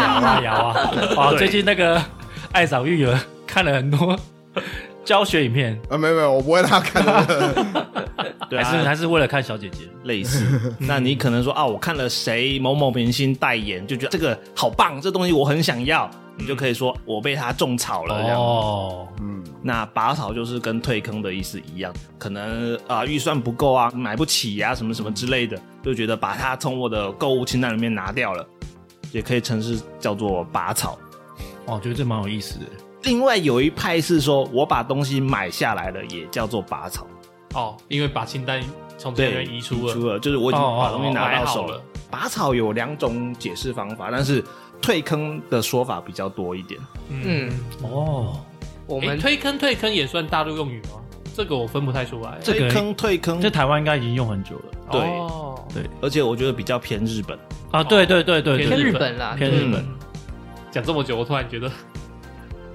S2: 呀 挖呀挖！哇，
S5: 对
S2: 啊哦最近那个爱找育儿看了很多 教学影片，
S1: 啊，没有没有，我不会让他看的。
S5: 对
S2: 还是
S5: 啊，
S2: 还是为了看小姐姐。
S5: 类似。那你可能说啊，我看了谁某某明星代言，就觉得这个好棒，这东西我很想要，你就可以说我被他种草了这样。
S2: 哦，
S1: 嗯，
S5: 那拔草就是跟退坑的意思一样，可能啊、预算不够啊，买不起呀、什么什么之类的，就觉得把它从我的购物清单里面拿掉了，也可以称是叫做拔草。
S2: 哦哇我觉得这蛮有意思的。
S5: 另外有一派是说，我把东西买下来了，也叫做拔草。
S3: 哦，因为把清单从这
S5: 对，
S3: 边移出了，
S5: 出了，就是我已经把东西拿到手
S3: 哦哦哦买好了。
S5: 拔草有两种解释方法，但是退坑的说法比较多一点。
S3: 嗯，
S4: 嗯，
S2: 哦，
S4: 我
S3: 我
S4: 们
S3: 推坑退坑也算大陆用语吗？这个我分不太出来。
S2: 这个
S5: 退坑退坑
S2: 在，台湾应该已经用很久了
S5: 对
S3: 哦
S5: 而且我觉得比较偏日本。
S2: 啊！对对对对
S4: 偏
S2: 对，
S4: 日
S3: 日
S4: 本
S3: 本
S4: 啦，
S2: 偏日本，
S3: 讲这么久，我突然觉得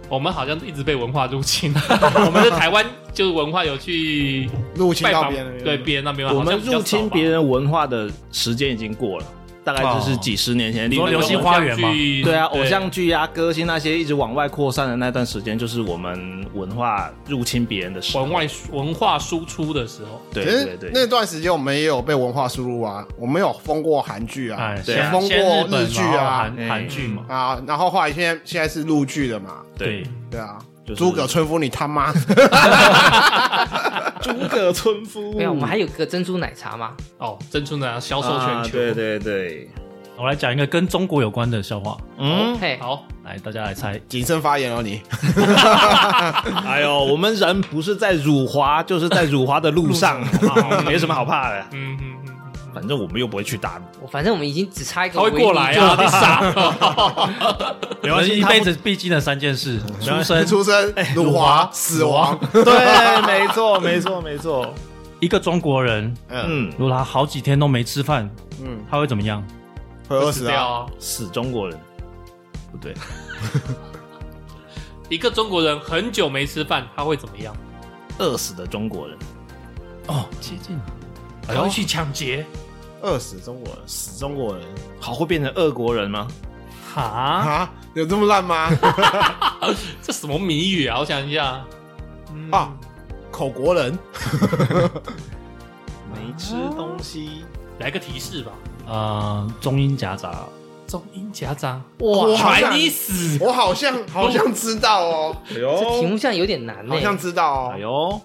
S3: 我们好像一直被文化入侵。 我们在台湾就是文化有去
S1: 入侵
S3: 拜
S1: 到
S3: 访
S1: 别人，
S3: 对别人那边，
S5: 我
S3: 好像
S5: 们
S3: 比较
S5: 入
S3: 少
S5: 侵
S3: 吧
S5: 别。人文化的时间已经过了，大概就是
S3: 哦
S5: 几十年前。
S2: 你说
S5: 例
S2: 流
S5: 如那
S2: 星
S5: 种
S2: 花园吗
S3: 剧
S5: 对啊，偶像剧啊、歌星那些一直往外扩散的那段时间，就是我们文化入侵别人的时候。
S3: 文外文化输出的时候，
S5: 对
S1: 可
S5: 对
S1: 是
S5: 对，
S1: 哎那段时间我们也有被文化输入啊，我们有封过韩剧啊，
S2: 哎，
S5: 对
S2: 先
S5: 啊哎
S1: 封
S2: 先日
S1: 过
S2: 本
S1: 日剧
S2: 然后
S1: 啊，
S2: 韩韩剧嘛，
S1: 啊，然后后来现在现在是陆剧的嘛，
S5: 对
S2: 对，
S1: 对啊
S5: 就，是
S1: 诸葛村夫你他妈，
S5: 诸葛村夫
S4: 没有，我们还有个珍珠奶茶嘛，
S3: 哦，珍珠奶茶销售全
S5: 啊
S3: 球，
S5: 对对对，
S2: 我来讲一个跟中国有关的笑话，
S5: 嗯，
S4: 哦嘿，
S3: 好，
S2: 来大家来猜。
S1: 谨慎发言哦你，
S5: 哎呦，我们人 啊不是在辱华，就是在辱华的路上，好不好没什么好怕的。
S3: 嗯嗯嗯嗯，
S5: 反正我们又不会去大陆，
S4: 我反正我们已经只差一个
S3: 他会
S4: 维尼
S3: 过来
S4: 就好
S3: 啊， 你傻。
S5: 没
S2: 人一
S5: 他
S2: 辈
S5: 不
S2: 子必经的三件事：出 生、
S1: 出生、辱华、死亡，
S5: 对，没错，没错，没错。
S2: 一个中国人，
S1: 嗯，
S5: 嗯，
S2: 如果他好几天都没吃饭，
S1: 嗯
S2: 嗯，他会怎么样？
S1: 会饿
S3: 死
S1: 死
S3: 掉
S1: 啊！
S3: 啊！
S5: 死中国人，不对，
S3: 一个中国人很久没吃饭，他会怎么样？
S5: 饿死的中国人。
S2: 哦，接近。
S3: 他会去抢劫。
S1: 饿死中国人，死中国人
S5: 好，会变成俄国人吗？
S3: 哈，
S1: 啊？有这么烂吗？
S3: 这什么谜语啊？我想一下，
S1: 啊，口国人，
S5: 没吃东西，
S3: 来个提示吧。
S2: 呃，中英夹杂，
S3: 中英夹杂，
S1: 哇好像
S3: 传你死！
S1: 我好像好像知道哦，
S5: 哎
S4: 这题
S5: 呦，
S4: 目现在有点难欸呢、
S1: 好像知道哦
S5: 哎。呦，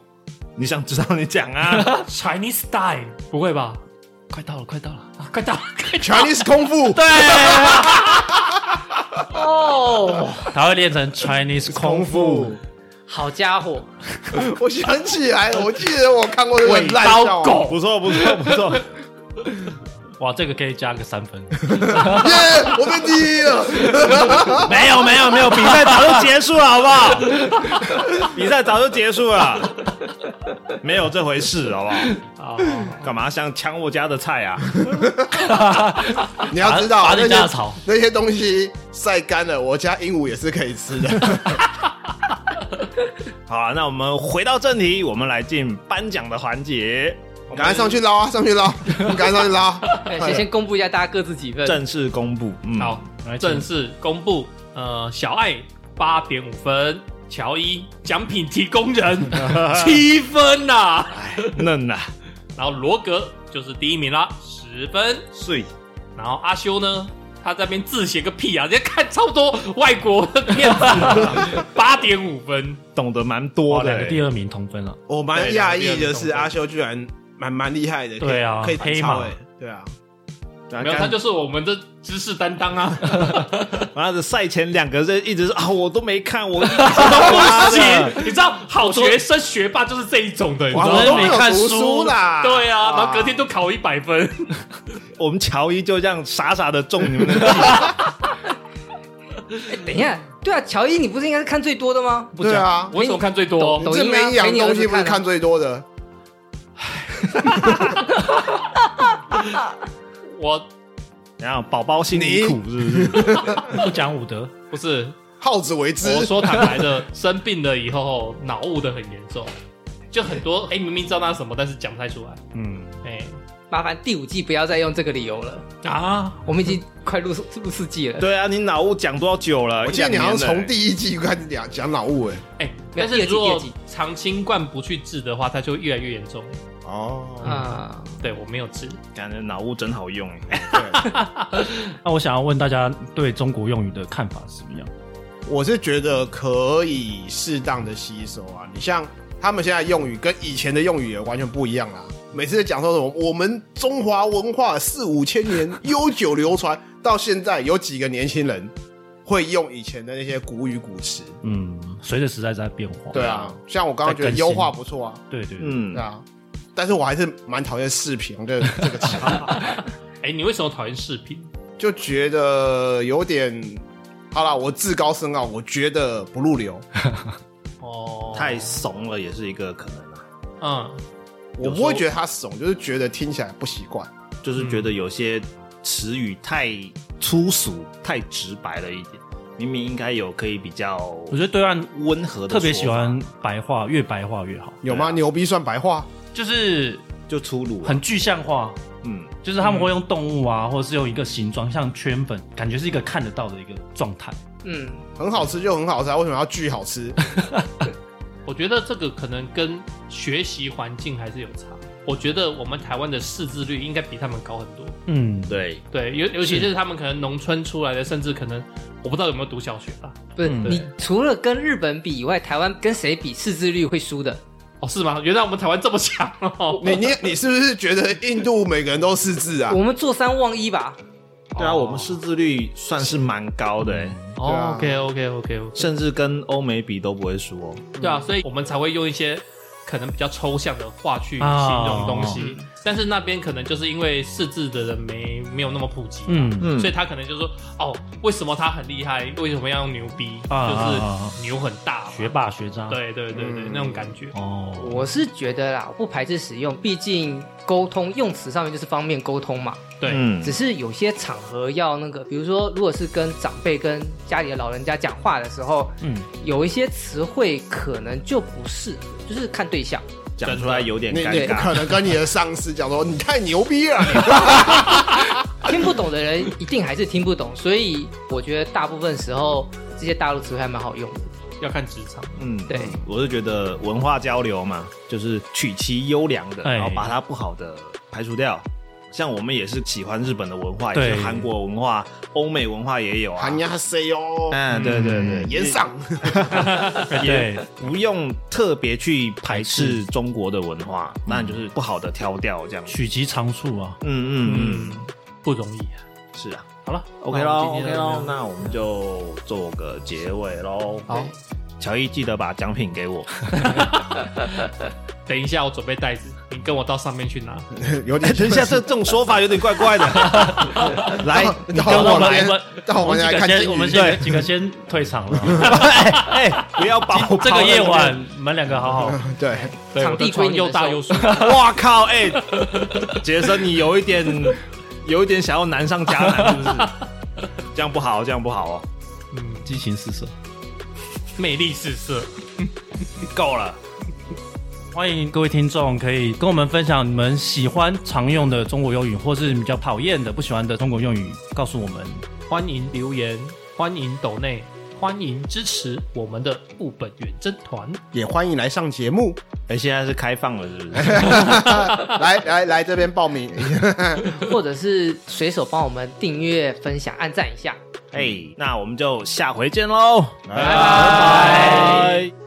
S5: 你想知道你讲 啊？
S3: Chinese style，不会吧？快到了，快到了，啊、快到了，快到了！
S1: 哎 Chinese 功夫，对，
S4: 哦，
S2: 他会练成 Chinese
S1: 功
S2: 空腹
S1: 夫。，
S4: 好家伙，
S1: 我想起来，了，我记得我看过这个
S3: 尾
S1: 烂笑
S3: 刀
S1: 话
S3: 狗，
S5: 不错，不错，不错。
S2: 哇，这个可以加个三 分。
S1: 耶！我被第一了，
S5: 没有，没有，没有，比赛早就结束了，好不好？比赛早就结束了，没有这回事，好不好？
S3: 啊，
S5: 干嘛想抢我家的菜啊？
S1: 你要知道啊
S2: 拔拔
S1: 那
S2: 人家的
S1: 些
S2: 草
S1: 那些东西晒干了，我家鹦鹉也是可以吃的。
S5: 好啊，那我们回到正题，我们来进颁奖的环节。
S1: 赶快上去捞啊，上去捞，赶快上去捞。啊
S4: 哎
S1: 快
S4: 先
S1: 点
S4: 先公布一下大家各自几份。
S5: 正式公布，嗯，
S3: 好，
S2: 来
S3: 正式公布，呃，小爱八点五分，乔伊奖品提供 人七分呐、
S5: 嫩啊，
S3: 然后罗格就是第一名啦，十分。
S5: 碎，
S3: 然后阿修呢，他在那边字写个屁啊，人家看超多外国的 片子，啊八点五分。
S5: 懂得蛮
S2: 哇，
S5: 多的、
S2: 两个第
S5: 欸。
S2: 二名同分了。
S1: 我蛮
S3: 对
S1: 讶
S3: 两个
S1: 异
S3: 第
S1: 的
S3: 二
S1: 是，
S3: 名
S1: 阿修居然蛮蛮厉害的，可以
S2: 对啊
S1: 可以反
S2: 黑
S1: 超
S2: 马
S1: 哎，对啊，
S5: 然
S3: 没有，他就是我们的知识担当 啊，
S5: 妈的赛前两个人一直是啊，我都没看，我
S3: 不
S1: 啊
S5: 妈
S3: 行，你知道，好学生学霸就是这一种的，你知
S1: 哇
S3: 道
S1: 我
S2: 昨
S1: 都没
S2: 天
S3: 吗？
S2: 没
S1: 有
S2: 看
S1: 读
S2: 书
S1: 书啦。
S3: 对啊，然后
S1: 哇
S3: 隔天都考一百分，
S5: 我们乔伊就这样傻傻的中你们 的计，
S4: 哎等一下，对啊，乔伊，你不是应该是看最多的吗？
S3: 不讲
S1: 对啊
S3: 我为什么看最多？
S4: 抖
S1: 这
S4: 音啊
S1: 每一样
S4: 陪你儿
S1: 东
S4: 子
S1: 西不是
S4: 看啊
S1: 看最多的，
S3: 我
S5: 然后宝宝心里
S1: 你
S5: 苦是不是？
S2: 不讲武德，
S3: 不是，
S1: 好自为之。
S3: 我说坦白的， 生病了以后脑雾的很严重，就很多哎、明明知道那是什么，但是讲不太出来，
S5: 嗯，
S3: 哎、
S4: 麻烦第五季不要再用这个理由了，
S3: 啊，
S4: 我们已经快录录四季了。
S5: 对啊，你脑雾讲多少久了？
S1: 我记得
S5: 一
S1: 你
S5: 两
S1: 好像
S5: 年了
S1: 从第一季就开始讲讲脑雾哎。
S3: 哎、
S4: 没有
S3: 但是如
S4: 第
S3: 果
S4: 二季第二
S3: 长新冠不去治的话，它就会越来越严重。
S1: 哦，
S4: 啊，
S3: 对我没有治，
S5: 感觉脑雾真好用欸
S1: 对
S2: 那我想要问大家对中国用语的看法是怎么样？
S1: 我是觉得可以适当的吸收啊。你像他们现在用语跟以前的用语也完全不一样啦。每次讲说什么我们中华文化四五千年悠久流传，到现在有几个年轻人会用以前的那些古语古词？
S2: 嗯，随着时代在变化。
S1: 对啊，像我刚刚觉得
S2: 嗯在更新
S1: 优化不错啊，
S2: 对对对，
S5: 嗯
S1: 对，啊。但是我还是蛮讨厌“视频”这个这个词，啊
S3: 哎、你为什么讨厌视频？
S1: 就觉得有点……好啦，我自高深傲，我觉得不入流。
S3: 哦，
S5: 太怂了也是一个可能啊，
S3: 嗯，
S1: 我不会觉得他怂，就是觉得听起来不习惯。
S5: 就是觉得有些词语太粗俗、太直白了一点，明明应该有可以比较
S2: 我觉得对岸
S5: 温和的，
S2: 特别喜，欢白话，越白话越好，
S1: 有吗？牛逼算白话？
S2: 就是
S5: 就粗鲁啊，
S2: 很具象化。
S5: 嗯，
S2: 就是他们会用动物啊，或者是用一个形状，像圈粉，感觉是一个看得到的一个状态。
S4: 嗯，
S1: 很好吃就很好吃啊，为什么要巨好吃？
S3: 我觉得这个可能跟学习环境还是有差。我觉得我们台湾的识字率应该比他们高很多。
S2: 嗯，
S5: 对，
S3: 对，尤尤其是他们可能农村出来的，甚至可能我不知道有没有读小学啊吧？
S4: 不是，
S2: 嗯
S4: 你除了跟日本比以外，台湾跟谁比识字率会输的？
S3: 哦，是吗？原来我们台湾这么强哦！
S1: 你你你是不是觉得印度每个人都识字啊
S4: 我？们坐三望一吧。
S5: 对啊，
S3: 哦
S5: 我们识字率算是蛮高的欸，
S1: 对
S3: 哦
S1: 啊
S3: ，OK OK OK OK，
S5: 甚至跟欧美比都不会输哦。
S2: 嗯
S3: 对啊，所以我们才会用一些可能比较抽象的话去形
S2: 啊
S3: 容东西。但是那边可能就是因为识字的人没没有那么普及，
S2: 嗯，
S5: 嗯
S3: 所以他可能就说哦，为什么他很厉害？为什么要用牛逼？
S2: 啊啊啊
S3: 就是牛很大嘛，
S2: 学霸学
S5: 啊
S2: 渣，，
S3: 对对对对，
S1: 嗯
S3: 那种感觉。
S2: 哦，
S4: 我是觉得啦，我不排斥使用，毕竟沟通用词上面就是方便沟通嘛。
S3: 对，
S5: 嗯
S4: 只是有些场合要那个，比如说，如果是跟长辈、跟家里的老人家讲话的时候，
S2: 嗯，
S4: 有一些词汇可能就不适合，就是看对象。
S5: 讲出来有点
S1: 你你
S5: 尴
S1: 不
S5: 尬，
S1: 可能跟你的上司讲说你太牛逼了，你
S4: 听不懂的人一定还是听不懂，所以我觉得大部分时候这些大陆词汇还蛮好用的。
S3: 要看职场。
S5: 嗯，
S4: 对，
S5: 我是觉得文化交流嘛，就是取其优良的，
S2: 哎
S5: 然后把它不好的排除掉。像我们也是喜欢日本的文化，
S2: 对
S5: 也是韩国文化、欧美文化也有啊
S1: 喊。呀塞哟，
S5: 嗯，对对对，
S1: 言上
S2: 对，
S5: 不用特别去排斥中国的文化，那你就是不好的挑掉这样。
S2: 取其长处啊，
S5: 嗯嗯嗯，
S3: 嗯，不容易啊。
S5: 是啊。
S3: 好了
S5: ，OK
S3: 那
S5: 喽
S3: 我们今
S5: ，OK
S3: 天
S5: 喽，那我们就做个结尾喽。
S4: 好，
S5: 乔伊记得把奖品给 我。
S3: 等一下，我准备袋子，你跟我到上面去拿。
S1: 有点
S5: 等一下，这这种说法有点怪怪 的。来，你
S1: 到
S5: 跟
S1: 我
S5: 我来。
S1: 们到我
S2: 哦我
S1: 们
S2: 们
S1: 来
S2: 几个
S1: 看
S2: 先，我们先几个先退场了。
S5: 哎哎，不要把我
S2: 这个夜
S5: 抛在
S2: 晚，你们两个好
S5: 嗯
S2: 好，
S1: 对，
S3: 对，
S4: 场
S3: 我的
S4: 地归
S3: 床
S4: 你
S3: 又
S4: 们
S3: 大
S4: 收
S3: 又舒服。
S5: 那边，哇靠！哎，杰森，你有一点，有一点想要难上加难，是不是？这样不好，这样不好哦。
S3: 嗯，
S2: 激情四射。
S3: 魅力四射。
S5: 够了，
S2: 欢迎各位听众可以跟我们分享你们喜欢常用的中国用语，或是比较讨厌的、不喜欢的中国用语，告诉我们。
S3: 欢迎留言，欢迎抖内，欢迎支持我们的物本远征团。
S1: 也欢迎来上节目，
S5: 哎，现在是开放了，是不是？
S1: 来来来这边报名，
S4: 或者是随手帮我们订阅、分享、按赞一下。
S5: 哎，那我们就下回见喽，拜
S1: 拜
S5: 拜。